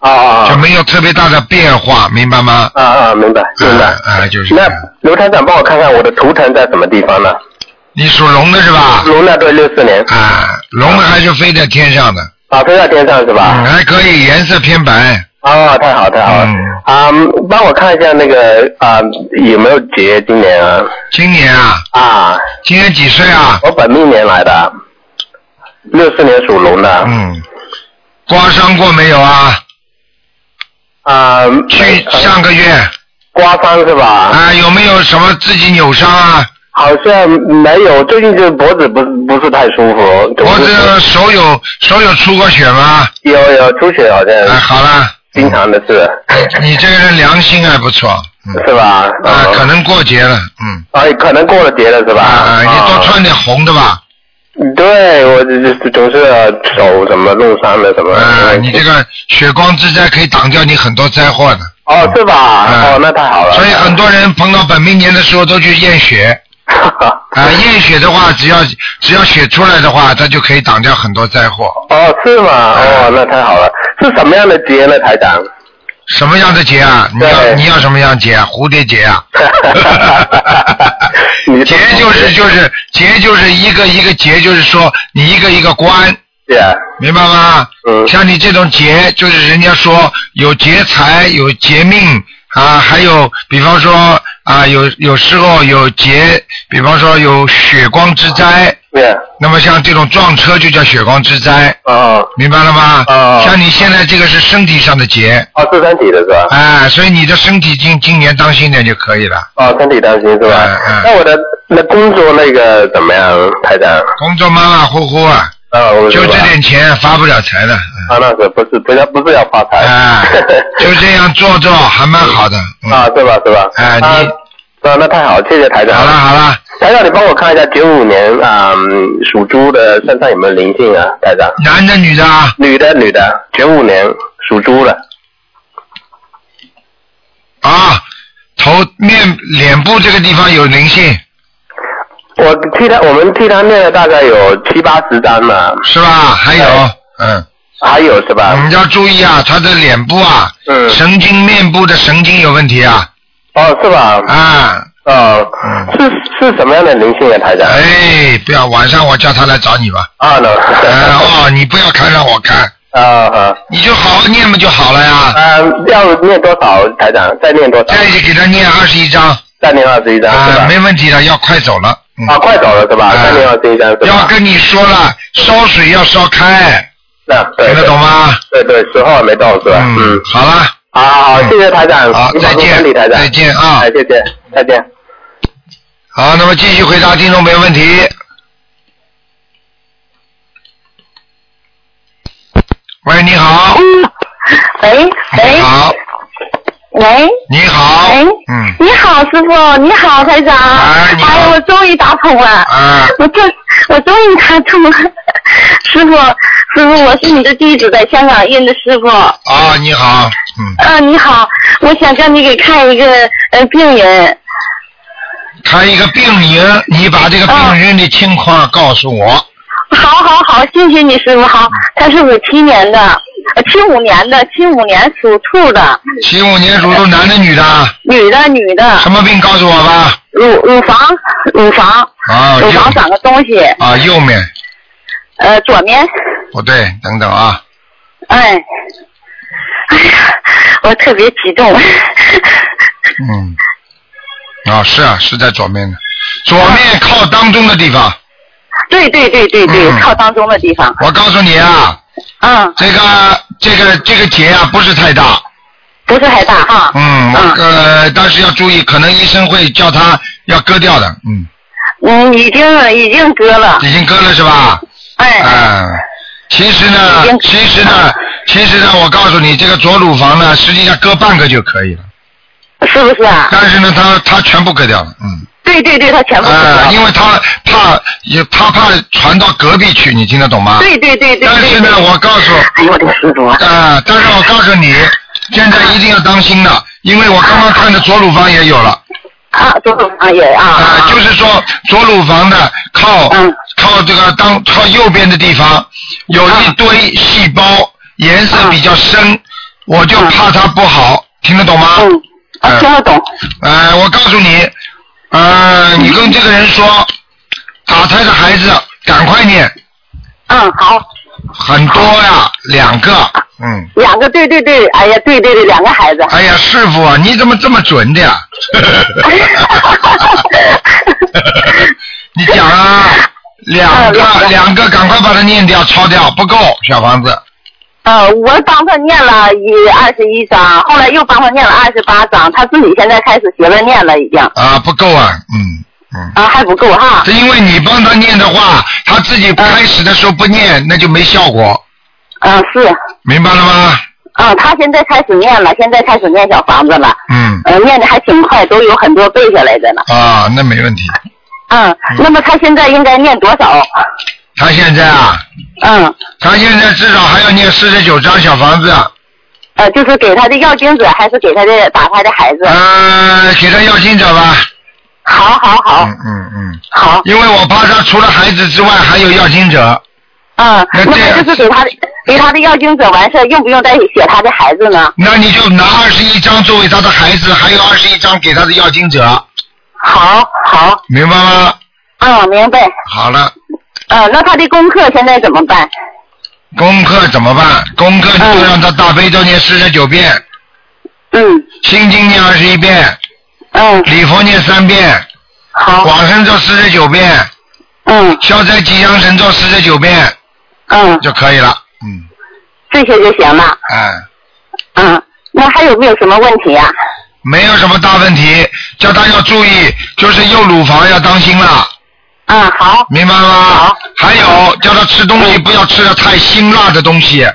S6: 啊
S1: 就
S6: 啊
S1: 没有特别大的变化，明白吗？
S6: 啊啊！明白明白
S1: 啊。啊，就是这
S6: 那
S1: 样。
S6: 刘台长帮我看看我的图腾在什么地方呢？
S1: 你属龙的是吧？
S6: 龙那对六四年
S1: 啊，龙还是飞在天上的，
S6: 啊，飞在天上是吧？
S1: 呃嗯，还可以，颜色偏白，
S6: 啊，太好太好了
S1: 嗯。
S6: 啊、帮我看一下那个啊、有没有结今年啊？
S1: 今年啊，
S6: 啊，
S1: 今年几岁啊？
S6: 我本命年来的，六四年属龙的。
S1: 嗯，刮伤过没有啊？
S6: 啊、
S1: 去
S6: 呃
S1: 上个月
S6: 刮伤是吧？
S1: 啊，有没有什么自己扭伤啊？
S6: 好像没有，最近这脖子不不是太舒服，总
S1: 脖
S6: 是
S1: 子、手有手有出过血吗？
S6: 有有出血，好
S1: 哎，
S6: 像
S1: 好了，
S6: 经常的事，
S1: 你这个人良心还不错，嗯。
S6: 是吧？
S1: 啊，
S6: 嗯
S1: 可能过节了，嗯，
S6: 啊，可能过了节了是吧？
S1: 啊啊，你多穿点红的吧，
S6: 啊。对，我就是总是手什么弄伤了什么。
S1: 啊，你这个血光之灾可以挡掉你很多灾祸的，
S6: 哦，是吧？
S1: 啊
S6: 哦，那太好了。
S1: 所以很多人碰到本命年的时候都去验血，啊，验血的话，只要只要血出来的话，它就可以挡掉很多灾祸。
S6: 哦，是吗？
S1: 啊
S6: 哦，那太好了。是什么样的节呢，台长？
S1: 什么样的节啊？你要
S6: 对？
S1: 你要什么样节啊？蝴蝶结啊
S6: 你
S1: 节就是就是节就是一个一个节，就是说你一个一个关，
S6: 是啊，
S1: 明白吗？
S6: 嗯
S1: 像你这种劫，就是人家说有劫财，有劫命啊，还有比方说啊，有有时候有劫，比方说有血光之灾。
S6: 是啊，
S1: 那么像这种撞车就叫血光之灾，
S6: 哦，
S1: 明白了吗？
S6: 哦
S1: 像你现在这个是身体上的劫，
S6: 哦，是身体的是吧？
S1: 哎、所以你的身体今今年当心点就可以了。
S6: 哦，身体担心是吧
S1: 嗯嗯？
S6: 那我的那工作那个怎么样，台长？
S1: 工作马马虎虎啊，
S6: 啊，我们
S1: 就
S6: 说吧啊
S1: 这点钱发不了财的，嗯
S6: 他那个不是不要不是要发财，
S1: 哎，就这样做做还蛮好的。嗯
S6: 啊，是吧是吧？
S1: 哎
S6: 啊
S1: 你
S6: 啊，那太好，谢谢台长。
S1: 好了好了，
S6: 台长，你帮我看一下九五年啊、嗯属猪的身上有没有灵性啊？台长，
S1: 男的女的啊，
S6: 女的女的，九五年属猪的，
S1: 啊，头面脸部这个地方有灵性
S6: 我替他我们替他念了大概有七八十张了，
S1: 是吧？还有
S6: 哎，
S1: 嗯，
S6: 还有是
S1: 我
S6: 吧
S1: 们？要注意啊，他的脸部啊，
S6: 嗯，
S1: 神经面部的神经有问题啊，
S6: 哦是吧？
S1: 啊，
S6: 哦，
S1: 嗯
S6: 是是什么样的灵性啊，台长？
S1: 哎，不要，晚上我叫他来找你吧。
S6: 啊呢？
S1: 哎、哦，你不要看让我看，
S6: 啊啊
S1: 你就好好念不就好了呀？
S6: 啊！要念多少，台长？再念多少？
S1: 再给他念二十一章
S6: 再念二十一张哎是
S1: 啊，
S6: 吧？
S1: 没问题的，要快走了。嗯
S6: 啊，快走了是吧？
S1: 啊
S6: 再念二十一张是
S1: 要
S6: 吧？
S1: 跟你说了，烧水要烧开，
S6: 那对
S1: 听得
S6: 对
S1: 懂吗？
S6: 对对，时候还没到是吧？嗯
S1: 嗯，，好了，
S6: 好好好，
S1: 嗯
S6: 谢谢台长，
S1: 好，
S6: 你保
S1: 再
S6: 重身
S1: 见
S6: 体，台，长，
S1: 再，见啊
S6: 哎，！谢谢，再见。
S1: 好，那么继续回答听众朋友问题。喂，你好，
S5: 嗯
S2: 喂
S1: 你
S2: 喂
S1: 好，
S2: 喂，
S1: 你好
S2: 喂，
S1: 嗯，
S2: 你好，师傅，你好，台长。
S1: 哎你好
S2: 哎，我终于打通了。
S1: 啊，
S2: 我终我终于打通了，师傅，师傅，我是你的弟子，在香港认的师傅。
S1: 啊，你好，嗯，
S2: 啊，你好，我想叫你给看一个呃病人。
S1: 看一个病人，你把这个病人的情况告诉我。
S2: 好好好，谢谢你师傅，好，他是五七年的，呃七五年的，七五年属兔的，
S1: 七五年属兔，男的女的？
S2: 女的女的，
S1: 什么病告诉我吧？
S2: 乳乳房乳房
S1: 啊，
S2: 乳
S1: 右
S2: 房长个东西，
S1: 啊，右面
S2: 呃左面，
S1: 不对，等等啊，
S2: 哎，哎呀，我特别激 动，
S1: 嗯，啊，是啊，是在左面的，左面靠当中的地方。
S2: 对对对对对，
S1: 嗯
S2: 靠当中的地方，
S1: 我告诉你啊，
S2: 嗯，
S1: 这个这个这个结啊不是太大，
S2: 不是太大哈，
S1: 嗯，我
S2: 嗯
S1: 呃，但是要注意，可能医生会叫他要割掉的，嗯，
S2: 嗯，已经已经割了，
S1: 已经割了是吧？
S2: 哎，
S1: 嗯，其实呢
S2: 已经，
S1: 其实呢，其实呢，我告诉你，这个左乳房呢，实际上割半个就可以了，
S2: 是不是啊？
S1: 但是呢，他他全部割掉了，嗯，
S2: 对对对，他全部割
S1: 呃，
S2: 了，
S1: 因为他怕也他怕传到隔壁去，你听得懂吗？
S2: 对对对对
S1: 啊但是呢，
S2: 对对，
S1: 我告诉。
S2: 哎呦我的师傅啊！
S1: 啊，但是我告诉你，现在一定要当心了，因为我刚刚看的左乳房也有了，
S2: 啊，左手啊也啊，
S1: 啊，
S2: 啊
S1: 就是说左乳房的靠
S2: 嗯啊
S1: 靠这个当靠右边的地方有一堆细胞，颜色比较深，我就怕它不好，听得懂吗？
S2: 啊嗯，啊，听得懂，
S1: 呃，我告诉你，呃，你跟这个人说，打胎的孩子赶快念，
S2: 嗯，好，
S1: 很多呀，两个，嗯。
S2: 两个，对对对，哎呀，对对对，两个孩子，
S1: 哎呀，师傅啊，你怎么这么准的呀？ 你讲啊，两个、
S2: 嗯
S1: 两个，赶快把它念掉，抄掉，不够小房子。
S2: 呃，我帮他念了一二十一章，后来又帮他念了二十八章，他自己现在开始学着念了，已经，
S1: 啊，不够啊，嗯嗯，
S2: 啊，还不够哈，
S1: 是因为你帮他念的话，他自己开始的时候不念，那就没效果，
S2: 嗯、是，
S1: 明白了吗？
S2: 嗯、他现在开始念了，现在开始念小房子了，
S1: 嗯，
S2: 呃，念的还挺快，都有很多背下来的呢，
S1: 啊，那没问题。
S2: 嗯，那么他现在应该念多少？
S1: 他现在啊，
S2: 嗯，
S1: 他现在至少还要念四十九张小房子，啊
S2: 呃，就是给他的药精子，还是给他的打胎的孩子？
S1: 呃，给他要经者吧。
S2: 好好好
S1: 嗯嗯嗯，
S2: 好，
S1: 因为我怕他除了孩子之外还有要经者。
S2: 嗯，
S1: 那
S2: 那
S1: 这样
S2: 么就是给他的给他的药精者完事儿，用不用再写他的孩子呢？
S1: 那你就拿二十一张作为他的孩子，还有二十一张给他的要经者，
S2: 好，好，
S1: 明白吗？
S2: 嗯，明白。
S1: 好了，
S2: 嗯，那他的功课现在怎么办？
S1: 功课怎么办？功课就让他大悲咒念四十九遍，
S2: 嗯
S1: 心经念二十一遍，
S2: 嗯，
S1: 礼佛念三遍，
S2: 好，
S1: 往生咒四十九遍，
S2: 嗯
S1: 消灾吉祥神咒四十九遍
S2: 嗯，
S1: 就可以了。嗯，
S2: 这些就行了。
S1: 哎，
S2: 嗯，那还有没有什么问题啊呀、
S1: 没有什么大问题，叫他要注意，就是右乳房要当心了。
S2: 嗯，好，
S1: 明白吗？还有叫他吃东西不要吃的太辛辣的东西，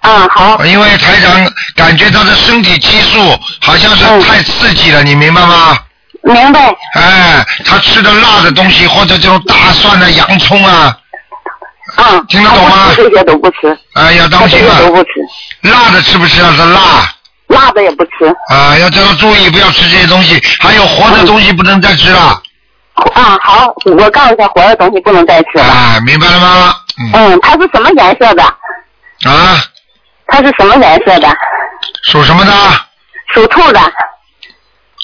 S2: 嗯，好，
S1: 因为台长感觉他的身体激素好像
S2: 嗯
S1: 是太刺激了，你明白吗？
S2: 明白。
S1: 哎，他吃的辣的东西或者这种大蒜啊、洋葱啊，
S2: 嗯，
S1: 听得懂吗
S2: 我不吃这些都不吃，
S1: 哎要当
S2: 这
S1: 心
S2: 些都
S1: 了，
S2: 不吃，
S1: 辣的吃不吃啊？是辣
S2: 辣的也不吃。
S1: 啊，要叫他注意不要吃这些东西，还有活的东西不能再吃了。
S2: 啊，好，我告诉他活的东西不能再吃了。
S1: 啊，明白了吗？嗯
S2: 嗯，它是什么颜色的？
S1: 啊，
S2: 它是什么颜色的？
S1: 属什么的？
S2: 属兔的，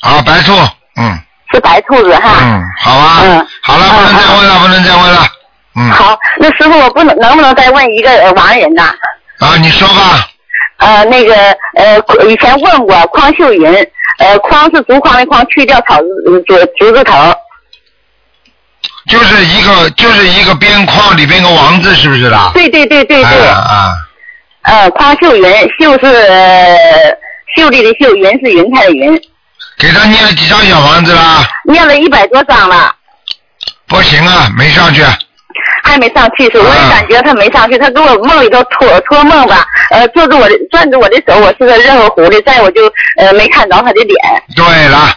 S1: 啊，白兔，嗯
S2: 是白兔子哈。
S1: 嗯，好啊，
S2: 嗯
S1: 好了，不能再问了，不能再问了，嗯，
S2: 好，那师傅，我不能能不能再问一个呃亡人呐？
S1: 啊，你说吧，
S2: 呃，那个呃，以前问过匡秀银，呃，匡是竹筐的匡，去掉草字嗯竹竹字头，
S1: 就是一个就是一个边框里边一个王字，是不是啦？
S2: 对对对对对，
S1: 啊啊，
S2: 呃，匡秀云，秀是、呃、秀丽的秀，云是云彩的云，
S1: 给他念了几张小房子啦？
S2: 念了一百多章了，
S1: 不行啊，没上去。
S2: 还没上去，是我
S1: 啊
S2: 也感觉他没上去，他给我梦里头托托梦吧，呃，坐着我的攥着我的手，我是个热乎乎的，再我就呃没看着他的脸，
S1: 对了，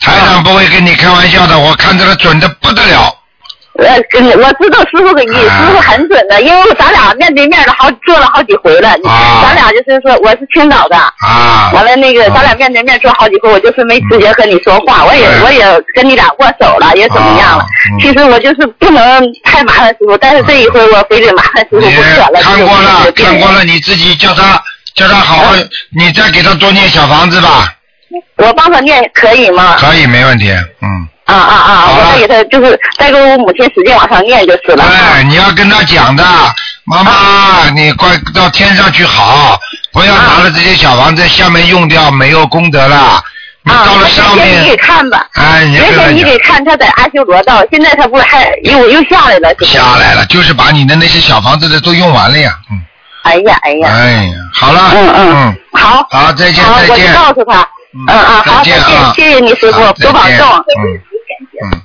S1: 台长不会跟你开玩
S2: 嗯
S1: 笑的，我看这个准的不得了。
S2: 呃，跟我知道师傅给你，
S1: 啊
S2: 师傅很准的，因为咱俩面对面的好做了好几回了，
S1: 啊
S2: 咱俩就是说我是青岛的。
S1: 啊，
S2: 完了，那个
S1: 啊嗯
S2: 咱俩面对面说好几回，我就是没直接和你说话，我也
S1: 对
S2: 我也跟你俩握手了，也怎么样了
S1: 啊嗯。
S2: 其实我就是不能太麻烦师傅，但是这一回我非得麻烦师傅不啊
S1: 你
S2: 可了。
S1: 看过了，
S2: 这种
S1: 看过。了，你自己叫他叫他好
S2: 嗯
S1: 好，你再给他多念小房子吧，
S2: 我帮他念可以吗？
S1: 可以没问题，嗯。
S2: 啊啊啊！
S1: 好
S2: 我
S1: 了
S2: 再给他就是再给我母亲使劲往上念就是了。
S1: 对，哎你要跟他讲的，妈
S2: 啊
S1: 妈，你快到天上去好，不要拿了这些小房子下面用掉，没有功德了。你
S2: 啊
S1: 到，了上
S2: 原先你给
S1: 面，
S2: 看吧。
S1: 哎，你要
S2: 原
S1: 跟他
S2: 先你
S1: 讲
S2: 给看他在阿修罗道，现在他不是还哎又又下来了？是不是
S1: 下来了，就是把你的那些小房子的都用完了呀，嗯，
S2: 哎呀哎呀！
S1: 哎呀，好了，
S2: 嗯
S1: 嗯，
S2: 好，
S1: 好，再见
S2: 好，
S1: 再
S2: 我就
S1: 见，
S2: 告诉他。嗯啊，好，
S1: 再
S2: 再
S1: 见
S2: 见
S1: 啊，，
S2: 谢谢你师傅
S1: 好，
S2: 多保
S1: 再见
S2: 重。
S1: 嗯嗯，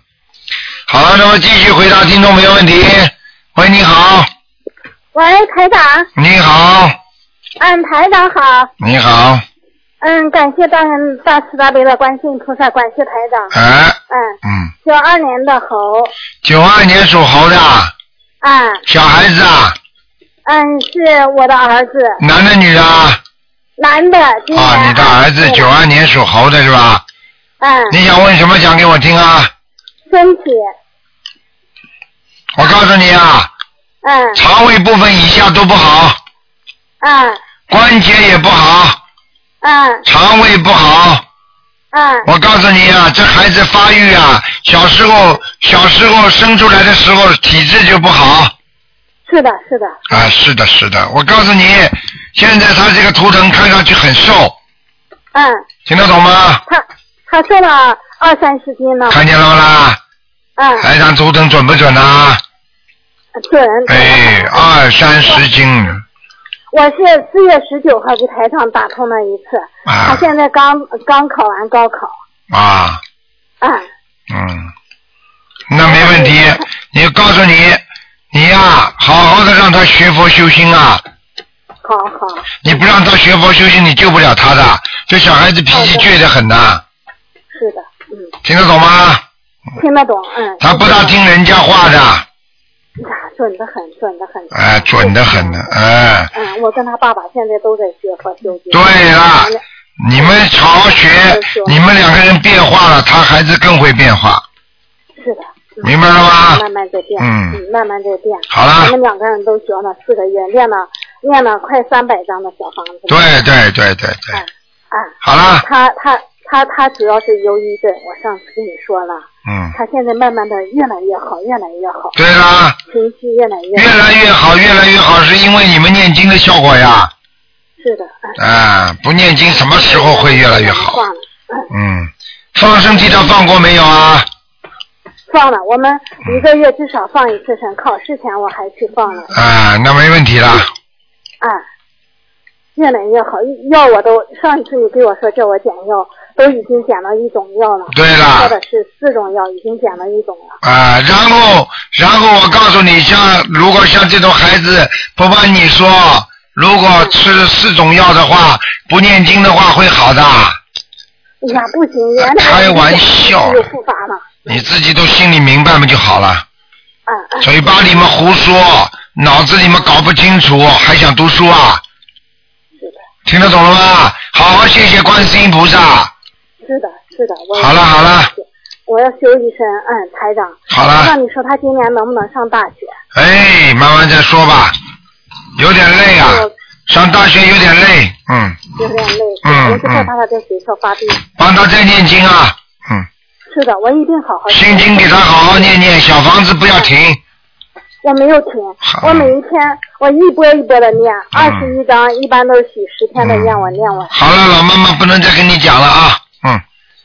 S1: 好了，那么继续回答听众朋友问题。喂，你好，
S4: 喂，台长，
S1: 你好，
S4: 嗯，台长好，
S1: 你好，
S4: 嗯，感谢大恩大慈大悲的观世音菩萨，感谢台长，
S1: 哎，
S4: 嗯，
S1: 嗯，
S4: 九二年的猴，
S1: 九二年属猴的
S4: 啊，
S1: 小孩子啊，
S4: 嗯，是我的儿子，
S1: 男的女的啊？
S4: 男的，今年
S1: 啊，你的儿子
S4: 20岁
S1: 九
S4: 了，
S1: 二年属猴的是吧？
S4: 嗯，
S1: 你想问什么讲给我听啊？
S4: 身体，
S1: 我告诉你啊，
S4: 嗯
S1: 肠胃部分以下都不好，
S4: 嗯
S1: 关节也不好，
S4: 嗯
S1: 肠胃不好。
S4: 嗯
S1: 我告诉你啊，这孩子发育啊，小时候小时候生出来的时候体质就不好
S4: 是的，是的，
S1: 啊。是的，是的，我告诉你，现在他这个图腾看上去很瘦，
S4: 嗯，
S1: 听得懂吗？
S4: 他他瘦了二三十斤呢，
S1: 看见了吗啦？
S4: 嗯，
S1: 台上图腾准不准啊？
S4: 准，
S1: 哎，二三十斤
S4: 我是四月十九号给台上打通了一次，他
S1: 啊
S4: 现在刚刚考完高考，
S1: 啊，
S4: 嗯。
S1: 嗯，那没问题。你告诉你，你呀、好好的让他学佛修心啊。
S4: 好好，
S1: 你不让他学佛修心，你救不了他的。这小孩子脾气倔得很呐、
S4: 是的，嗯，
S1: 听得懂吗？
S4: 听得懂，嗯。
S1: 他不大听人家话的，
S4: 呀，准得很，准得很。
S1: 哎，准得很呢，哎，
S4: 嗯，我跟他爸爸现在都在学佛修心。
S1: 对啦，你们好好学，你们两个人变化了，他孩子更会变化，
S4: 是的，嗯
S1: 明白了吗？
S4: 慢慢在变，
S1: 嗯
S4: 慢慢在变。
S1: 好
S4: 我
S1: 了，
S4: 们两个人都学了四个月，练了练了快三百张的小房子。
S1: 对对对对对，
S4: 啊，
S1: 好了，
S4: 他他他他主要是忧郁症，我上次跟你说了，
S1: 嗯，
S4: 他现在慢慢的越来越好，越来越好，
S1: 对啦，
S4: 情绪越来越
S1: 越来越好，越来越好，是因为你们念经的效果呀，
S4: 是的，嗯
S1: 啊，不念经什么时候会越来越好
S4: 放？了。
S1: 嗯，放生替他放过没有啊？
S4: 放了，我们一个月至少放一次生，考试前我还去放了，
S1: 啊，那没问题啦，嗯
S4: 啊，越来越好，药我都上一次你给我说叫我减药，都已经减到一种药了，
S1: 对啦
S4: 或者是四种药已经减到一种了。
S1: 啊，然后然后我告诉你，像如果像这种孩子，不瞒你说，如果吃四种药的话，不念经的话会好的，
S4: 哎呀，不行，原来
S1: 开玩笑
S4: 又复发了。
S1: 你自己都心里明白嘛就好了。
S4: 嗯嗯，
S1: 嘴巴里面胡说，脑子里面搞不清楚，还想读书啊？听得懂了吗？好好谢谢观世音菩萨。
S4: 是的，是的，我
S1: 好了好了，啊
S4: 我要修一身，嗯，台长。
S1: 好了
S4: 那你说他今年能不能上大学？
S1: 哎，慢慢再说吧，有点累啊，上大学有点累，嗯，
S4: 有点累，
S1: 嗯
S4: 我就害怕他在学校发病。
S1: 帮他再念经啊，嗯，
S4: 是的，我一定好好。
S1: 心经给他好好念念，小房子不要停，
S4: 我没有停，我每一天我一波一波的念，
S1: 嗯
S4: 二十一章一般都是许十天的念，我念完。
S1: 好了，老妈妈不能再跟你讲了啊，嗯，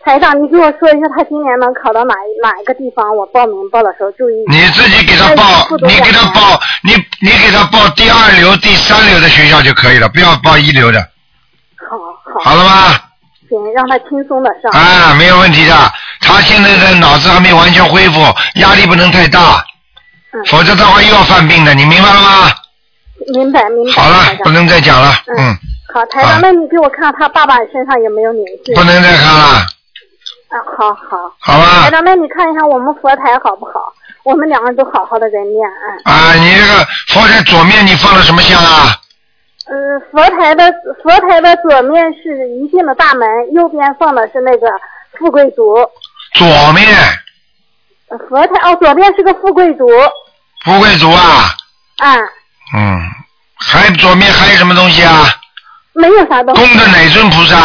S4: 台长，你给我说一下，他今年能考到哪一哪一个地方？我报名报的时候注意。
S1: 你自己给他报，你给他报，你你给他报第二流、第三流的学校就可以了，不要报一流的，
S4: 好好。
S1: 好了吗？
S4: 行，让他轻松的上。
S1: 啊，没有问题的。他现在的脑子还没完全恢复，压力不能太大，
S4: 嗯
S1: 否则的话又要犯病的，你明白了吗？
S4: 明白嗯明白。
S1: 好了
S4: 台，长
S1: 不能再讲了，嗯，
S4: 好，台长，那你给我看他爸爸身上有没有灵性？
S1: 不能啊再看了，
S4: 啊，好好。
S1: 好吧
S4: 台？长，那你看一下我们佛台好不好？我们两个都好好的在念，嗯
S1: 啊，你这个佛台左面你放了什么像啊？
S4: 呃，佛台的佛台的左面是一进的大门，右边放的是那个富贵竹。
S1: 左面
S4: 呃佛台哦，左边是个富贵竹，
S1: 富贵竹啊，
S4: 啊，
S1: 嗯，还左面还有什么东西啊？
S4: 没有啥东西。
S1: 供的哪尊菩萨？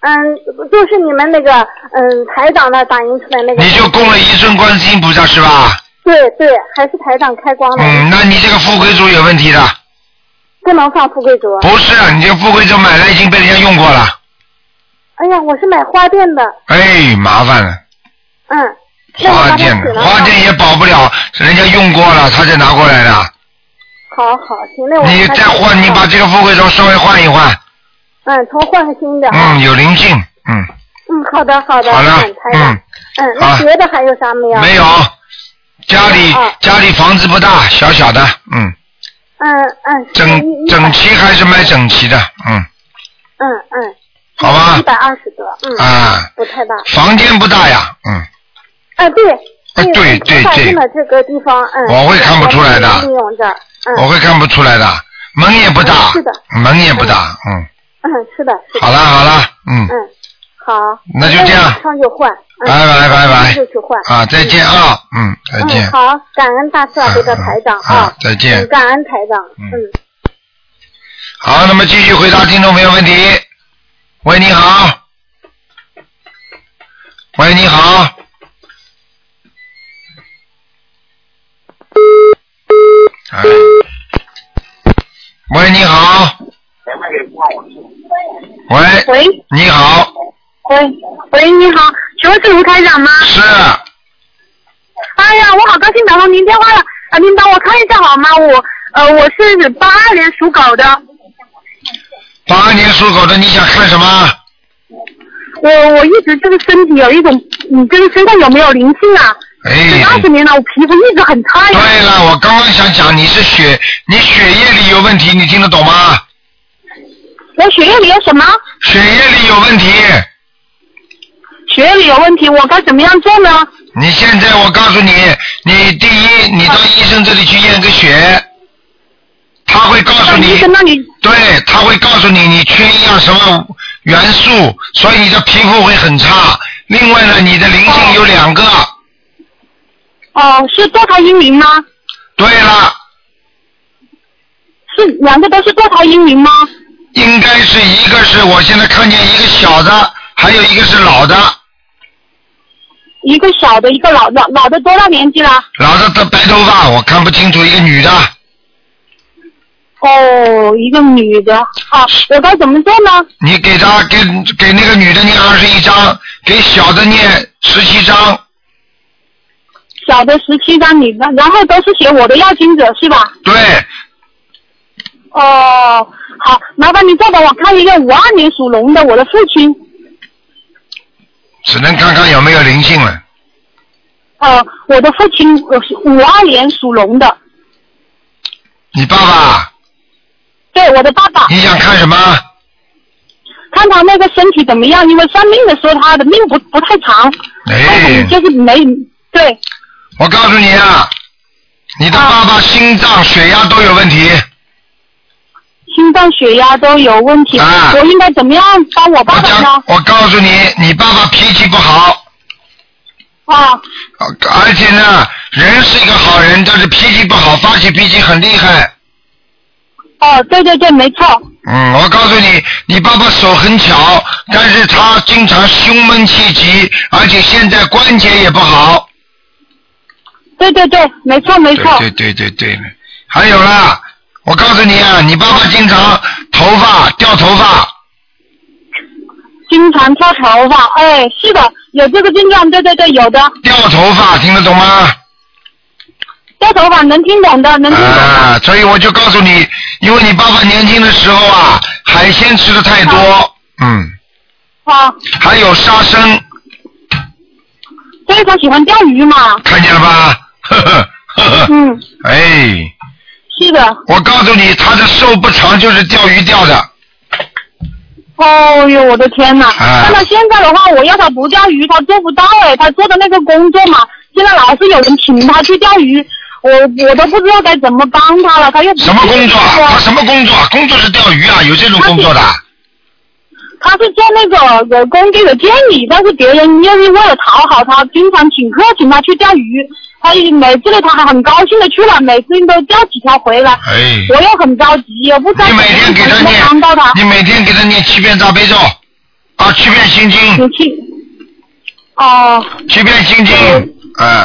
S4: 嗯，就是你们那个嗯台长那打印出来那个。
S1: 你就供了一尊观世音菩萨是吧？
S4: 对对，还是台长开光的，
S1: 嗯，那你这个富贵竹有问题
S4: 嗯
S1: 的，
S4: 不能放富贵竹。
S1: 不是，啊你这富贵竹买来已经被人家用过了。
S4: 哎呀，我是买花店的，
S1: 哎，麻烦了，
S4: 嗯。那我
S1: 花
S4: 把它
S1: 店
S4: 取了
S1: 花店也保不了，人家用过了，他才拿过来的。
S4: 好好，行，那我
S1: 你
S4: 把它
S1: 再
S4: 取
S1: 换，
S4: 了
S1: 你把这个富贵竹稍微换一换，
S4: 嗯，重换个新的。
S1: 嗯，有灵性，嗯，
S4: 嗯，好的好的，
S1: 好了
S4: 嗯，台长
S1: 嗯，
S4: 嗯，
S1: 好
S4: 那别的还有啥没有？
S1: 没有。，家里
S4: 啊
S1: 家里房子不大，小小的，嗯，
S4: 嗯嗯，是
S1: 整
S4: 一
S1: 整齐还是蛮。整齐的，嗯，
S4: 嗯嗯，
S1: 好吧
S4: 一，百二十个，嗯，
S1: 啊，
S4: 不太大。
S1: 房间不大呀，嗯，
S4: 啊，对。
S1: 对对
S4: 我
S1: 对
S4: 进了这个地方，嗯。
S1: 我会看不出来的
S4: 利用这儿，嗯。
S1: 我会看不出来的，门也不大
S4: 嗯是的，
S1: 门也不大，嗯，
S4: 嗯，是的，是的。
S1: 好了好了，嗯，
S4: 嗯，好。
S1: 那就这样
S4: 马上就换。嗯
S1: 拜拜拜
S4: 马上就
S1: 拜，
S4: 去换。
S1: 啊，再见啊，嗯，再见。
S4: 嗯，好，感恩大慈大悲的台长
S1: 啊
S4: 啊，
S1: 再见
S4: 嗯感恩台长，
S1: 嗯
S4: 嗯。
S1: 好，那么继续回答听众朋友问题。喂，你好。喂，你好。哎。喂，你好。喂，
S7: 喂
S1: 你好，
S7: 喂喂，你好，请问是卢台长吗？
S1: 是
S7: 哎呀，我好高兴打通您电话了啊！您帮我看一下好吗？我呃，我是八二年属狗的，
S1: 八年属狗的，你想看什么？
S7: 我我一直这个身体有一种，你这个身上有没有灵性啊？
S1: 哎，
S7: 二十年了，我皮肤一直很差呀。
S1: 对了，我刚刚想讲你是血，你血液里有问题，你听得懂吗？
S7: 我血液里有什么？
S1: 血液里有问题。
S7: 血液里有问题，我该怎么样做呢？
S1: 你现在我告诉你，你第一，你到医生这里去验个血，他会告诉
S7: 那医
S1: 你，
S7: 生，那你
S1: 对，他会告诉你你缺一样什么元素，所以你的皮肤会很差。另外呢，你的灵性有两个。
S7: 哦是堕胎婴灵吗？
S1: 对了，
S7: 是两个都是堕胎婴灵吗？
S1: 应该是一个是我现在看见一个小的，还有一个是老的，
S7: 一个小的，一个老的，老的多大年纪了？
S1: 老的的白头发，我看不清楚，一个女的。
S7: 哦，一个女的啊，我该怎么做呢？
S1: 你给他给给那个女的念二十一章，给小的念十七章。
S7: 小的十七张女的，然后都是写我的要经者是吧？
S1: 对，
S7: 哦，好，麻烦你再帮我看一个五二年属龙的我的父亲，
S1: 只能看看有没有灵性了。
S7: 呃，我的父亲呃五二年属龙的，
S1: 你爸爸，
S7: 对，我的爸爸。
S1: 你想看什么？
S7: 看他那个身体怎么样，因为算命的说他的命不不太长，
S1: 哎，
S7: 就是没对，
S1: 我告诉你啊，你的爸爸心脏、血压都有问题。
S7: 心脏、血压都有问题。
S1: 啊
S7: 我应该怎么样帮我爸爸呢？
S1: 我告诉你，你爸爸脾气不好，
S7: 啊，
S1: 而且呢，人是一个好人，但是脾气不好，发起脾气很厉害。
S7: 哦，对对对，没错。
S1: 嗯，我告诉你，你爸爸手很巧，但是他经常胸闷气急，而且现在关节也不好。
S7: 对对对，没错没错。
S1: 对对对对对，还有啦，我告诉你啊，你爸爸经常头发掉头发，
S7: 经常掉头发，哎，是的，有这个症状，对对对，有的。
S1: 掉头发，听得懂吗？
S7: 掉头发能听懂的，能听懂的。
S1: 啊，所以我就告诉你，因为你爸爸年轻的时候啊，海鲜吃的太多，嗯，
S7: 啊，
S1: 还有杀生，
S7: 所以他喜欢钓鱼嘛。
S1: 看见了吧？ 呵呵呵呵，
S7: 嗯，
S1: 哎，
S7: 是的。
S1: 我告诉你，他的寿不长，就是钓鱼钓的。
S7: 哦呦，我的天呐！
S1: 哎
S7: 那他现在的话，我要他不钓鱼，他做不到哎，他做的那个工作嘛，现在老是有人请他去钓鱼，我我都不知道该怎么帮他了，他又不
S1: 什么工作啊？他什么工作啊？工作是钓鱼啊，有这种工作的？
S7: 他是做那个呃工地的经理，但是别人又是为了讨好他，经常请客请他去钓鱼，他每次呢他还很高兴的去了，每次都钓几条回来，
S1: 哎，
S7: 我又很着急，我不知道怎么怎么帮到他。
S1: 你每天给他念七遍大悲咒，啊，七遍心经，
S7: 你去，哦
S1: 七遍心
S7: 嗯
S1: 经，啊。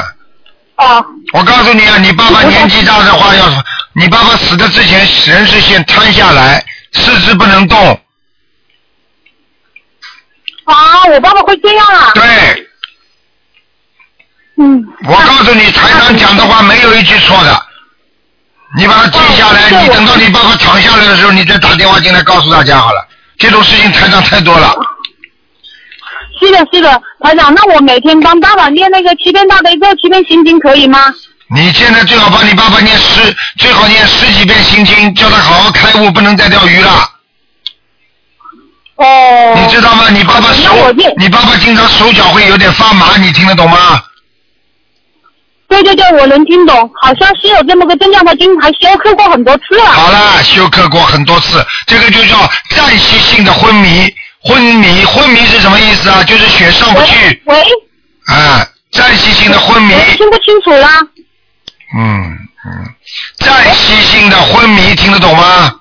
S7: 哦，
S1: 我告诉你啊，你爸爸年纪大的
S7: 嗯
S1: 话要，你爸爸死的之前人是先瘫下来，四肢不能动。
S7: 啊，我爸爸会这样啊？
S1: 对，
S7: 嗯，
S1: 我告诉你，台长讲的话没有一句错的，你把它记下来，
S7: 哦
S1: 你等到你爸爸躺下来的时候，你再打电话进来告诉大家好了。这种事情台长太多了，
S7: 是的，是的，台长，那我每天帮爸爸念那个七遍大悲咒、七遍心经可以吗？
S1: 你现在最好帮你爸爸念十，最好念十几遍心经，叫他好好开悟，不能再钓鱼了。
S7: 哦，
S1: 你知道吗？你爸爸手
S7: 那我念，
S1: 你爸爸经常手脚会有点发麻，你听得懂吗？
S7: 对对对，我能听懂，好像是有这么个症状，他经还休克过很多次了。
S1: 好啦，休克过很多次，这个就叫暂时性的昏迷。昏迷，昏迷是什么意思啊？就是血上不
S7: 喂
S1: 去，嗯
S7: 喂，
S1: 啊，暂时性的昏迷，
S7: 我听不清楚啦。
S1: 嗯嗯，暂时性的昏迷，听得懂吗？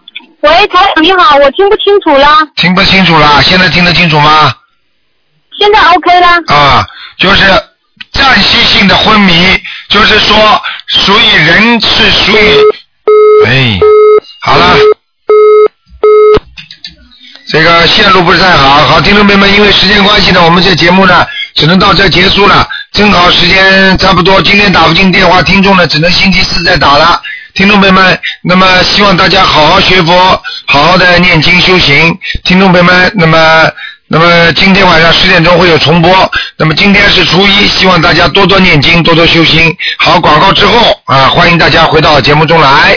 S7: 喂，台长你好，我听不清楚啦，
S1: 听不清楚啦，现在听得清楚吗？
S7: 现在 OK 啦。
S1: 啊，就是暂时性的昏迷，就是说属于人是属于，哎，好了，这个线路不是太好。好，听众朋友们，因为时间关系呢，我们这节目呢只能到这结束了，正好时间差不多，今天打不进电话，听众呢只能星期四再打了。听众朋友们，那么希望大家好好学佛，好好的念经修行。听众朋友们，那么那么今天晚上十点钟会有重播。那么今天是初一，希望大家多多念经，多多修心。好，广告之后啊，欢迎大家回到节目中来。